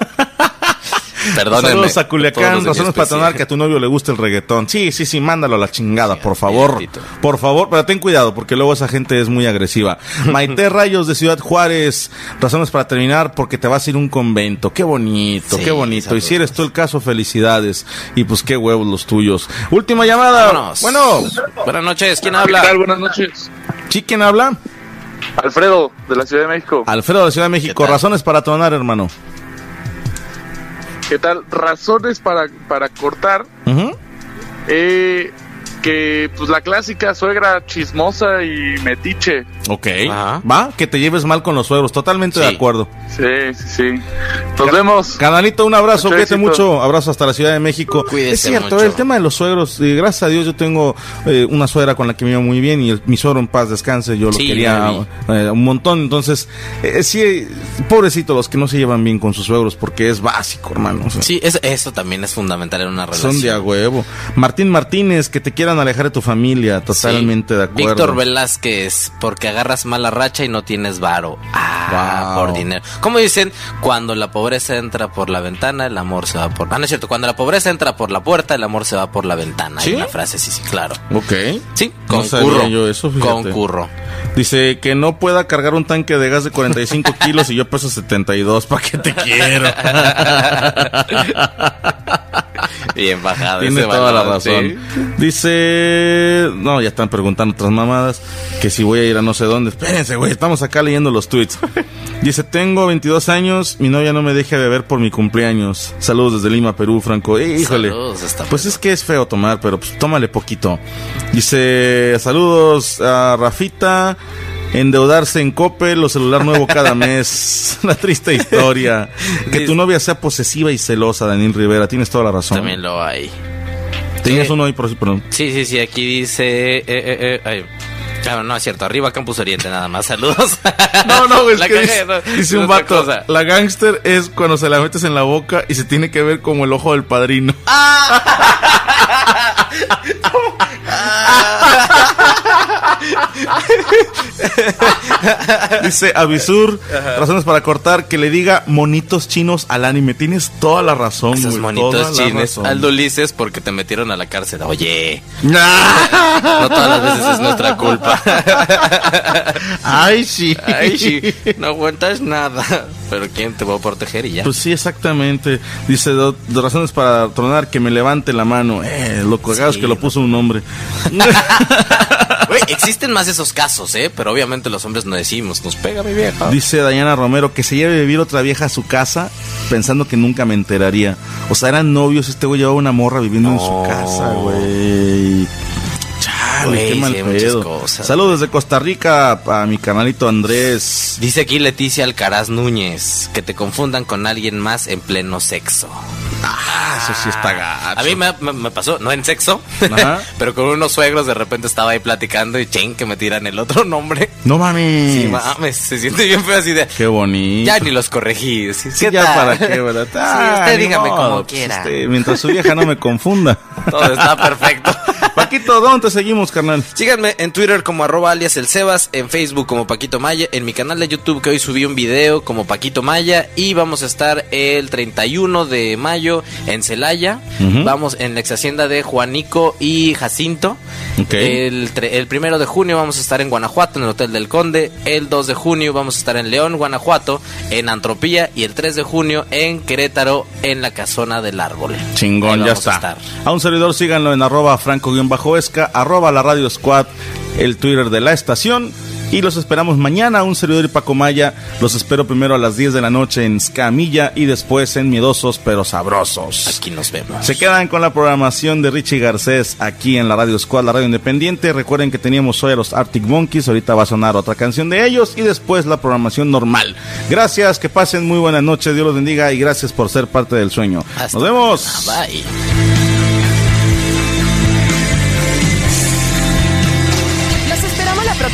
Perdónenme.
Saludos a
Todos
Culiacán,
los de mi
razones para
especie.
tronar que a tu novio le gusta el reggaetón. Sí, sí, sí, mándalo a la chingada, por favor.
tito.
Por favor, pero ten cuidado porque luego esa gente es muy
[LAUGHS]
agresiva. Maite Rayos de Ciudad Juárez, razones para terminar porque te vas a ir a un convento. Qué bonito,
Sí,
qué bonito. Y si
saludos.
eres tú el caso, felicidades. Y pues qué huevos los tuyos. Última llamada.
Vámonos.
Bueno,
Buenas noches, ¿quién
Ah, ¿Qué tal?
habla?
Buenas noches.
¿sí quién habla?
Alfredo, de la Ciudad de México.
Alfredo de Ciudad de México,
tal?
razones para tronar, hermano.
¿Qué tal? Razones para, para cortar.
Ujú.
eh, que pues la clásica suegra chismosa y metiche.
Ok.
Ajá.
Va, que te lleves mal con los suegros. Totalmente de
Sí.
acuerdo.
Sí, sí, sí. Nos vemos.
Canalito, un abrazo,
Mucho
cuídate
éxito.
mucho, abrazo hasta la Ciudad de México.
Cuídese
es cierto,
mucho.
el tema de los suegros, eh, gracias a Dios yo tengo eh, una suegra con la que me iba muy bien y el- mi suegro en paz descanse, yo lo
Sí,
quería eh, un montón, entonces, eh, sí, eh, pobrecito los que no se llevan bien con sus suegros porque es básico, hermano. o sea,
Sí, es- eso también es fundamental en una relación.
Son de a huevo. Martín Martínez, que te quieran alejar de tu familia, totalmente
Sí.
de acuerdo.
Víctor Velázquez, porque agarras mala racha y no tienes varo. Ah,
Wow.
por dinero. Como dicen, cuando la pobreza entra por la ventana, el amor se va por. Ah, no es cierto, cuando la pobreza entra por la puerta, el amor se va por la ventana.
¿Sí?
Hay una frase, sí, sí, claro.
Ok.
Sí,
No
concurro.
sabía yo eso, fíjate. [LAUGHS]
concurro.
Dice que no pueda cargar un tanque de gas de
[LAUGHS]
45 kilos y yo peso 72. ¿Para qué te quiero?
Ah, Bien bajado.
Tiene
ese
toda la
valor, sí.
razón. Dice. No, ya están preguntando otras mamadas. Que si voy a ir a no sé dónde. Espérense, güey. Estamos acá leyendo los
[LAUGHS]
tweets. Dice: Tengo 22 años. Mi novia no me deja beber por mi cumpleaños. Saludos desde Lima, Perú, Franco. Eh, híjole.
Saludos, está
Pues
bueno.
es que es feo tomar, pero pues tómale poquito. Dice: Saludos a Rafita. Endeudarse en Coppel o celular nuevo cada mes. [LAUGHS] Una triste historia. Que tu novia sea posesiva y celosa, Daniel Rivera. Tienes toda la razón.
pues, También lo hay.
Tenías
Sí.
uno ahí, por sí, perdón.
Sí, sí, sí, aquí dice. eh, eh, eh, ay. Ah, no es cierto, arriba Campus Oriente nada más, saludos.
No, no, es
La
que
cagué,
dice,
no,
dice
no
un
es otra
vato.
cosa.
La gangster es cuando se la metes en la boca y se tiene que ver como el ojo del padrino.
[LAUGHS] Ah.
dice Avisur, razones para cortar, que le diga monitos chinos al anime. Tienes toda la razón,
Esos
güey, toda
monitos
la
chines.
razón. [LAUGHS]
Aldo Ulises porque te metieron a la cárcel. Oye, no todas las veces es
[LAUGHS]
nuestra culpa.
Ay, sí.
Ay, sí, no aguantas nada. Pero ¿quién te va a proteger y ya?
Pues sí, exactamente. Dice, do- de razones para tronar, que me levante la mano. Eh, lo cagado es
Sí,
que lo
no.
puso un
[LAUGHS]
hombre. [LAUGHS]
Güey, existen más esos casos, ¿eh? Pero obviamente los hombres no decimos, nos pega mi vieja.
Dice Dayana Romero que se lleve a vivir otra vieja a su casa pensando que nunca me enteraría. O sea, eran novios, este güey llevaba una morra viviendo en
No.
su casa, güey. Chale,
Güey,
qué mal
sí, hay muchas
pedo.
cosas,
Saludos desde Costa Rica a mi canalito Andrés.
Dice aquí Leticia Alcaraz Núñez, que te confundan con alguien más en pleno sexo.
Ah, eso sí está gacho.
A mí me, me- me pasó, no en sexo,
Ajá.
[LAUGHS] pero con unos suegros de repente estaba ahí platicando y chen, que me tiran el otro nombre.
No mames.
Sí, mames, se siente bien feo así de...
Qué bonito.
Ya ni los corregí. Sí,
pues, Sí,
¿qué
ya
tal?
para qué, ¿verdad?
sí,
Ah,
usted
ni
dígame
modo,
como
pues,
quiera.
este, mientras su vieja no me
[LAUGHS]
confunda.
Todo está perfecto.
[LAUGHS] Paquito, ¿dónde te seguimos, carnal?
Síganme en Twitter como arroba alias el Sebas, en Facebook como Paquito Maya, en mi canal de YouTube que hoy subí un video como Paquito Maya y vamos a estar el 31 de mayo en Celaya.
Ujú.
Vamos en la ex hacienda de Juanico y Jacinto.
Ok.
El, tre- el primero de junio vamos a estar en Guanajuato, en el Hotel del Conde. El 2 de junio vamos a estar en León, Guanajuato, en Antropía. Y el 3 de junio en Querétaro, en la Casona del Árbol. Ahí
Chingón, ya
vamos a
está.
estar.
A un servidor síganlo en arroba franco-esca, arroba la radio squad, el Twitter de la estación. Y los esperamos mañana, un servidor y Paco Maya. Los espero primero a las 10 de la noche en Scamilla y después en Miedosos pero Sabrosos.
Aquí nos vemos.
Se quedan con la programación de Richie Garcés aquí en la Radio Squad, la radio independiente. Recuerden que teníamos hoy a los Arctic Monkeys, ahorita va a sonar otra canción de ellos y después la programación normal. Gracias, que pasen muy buena noche, Dios los bendiga y gracias por ser parte del sueño.
Hasta
Nos vemos.
mañana, Bye.
Los esperamos la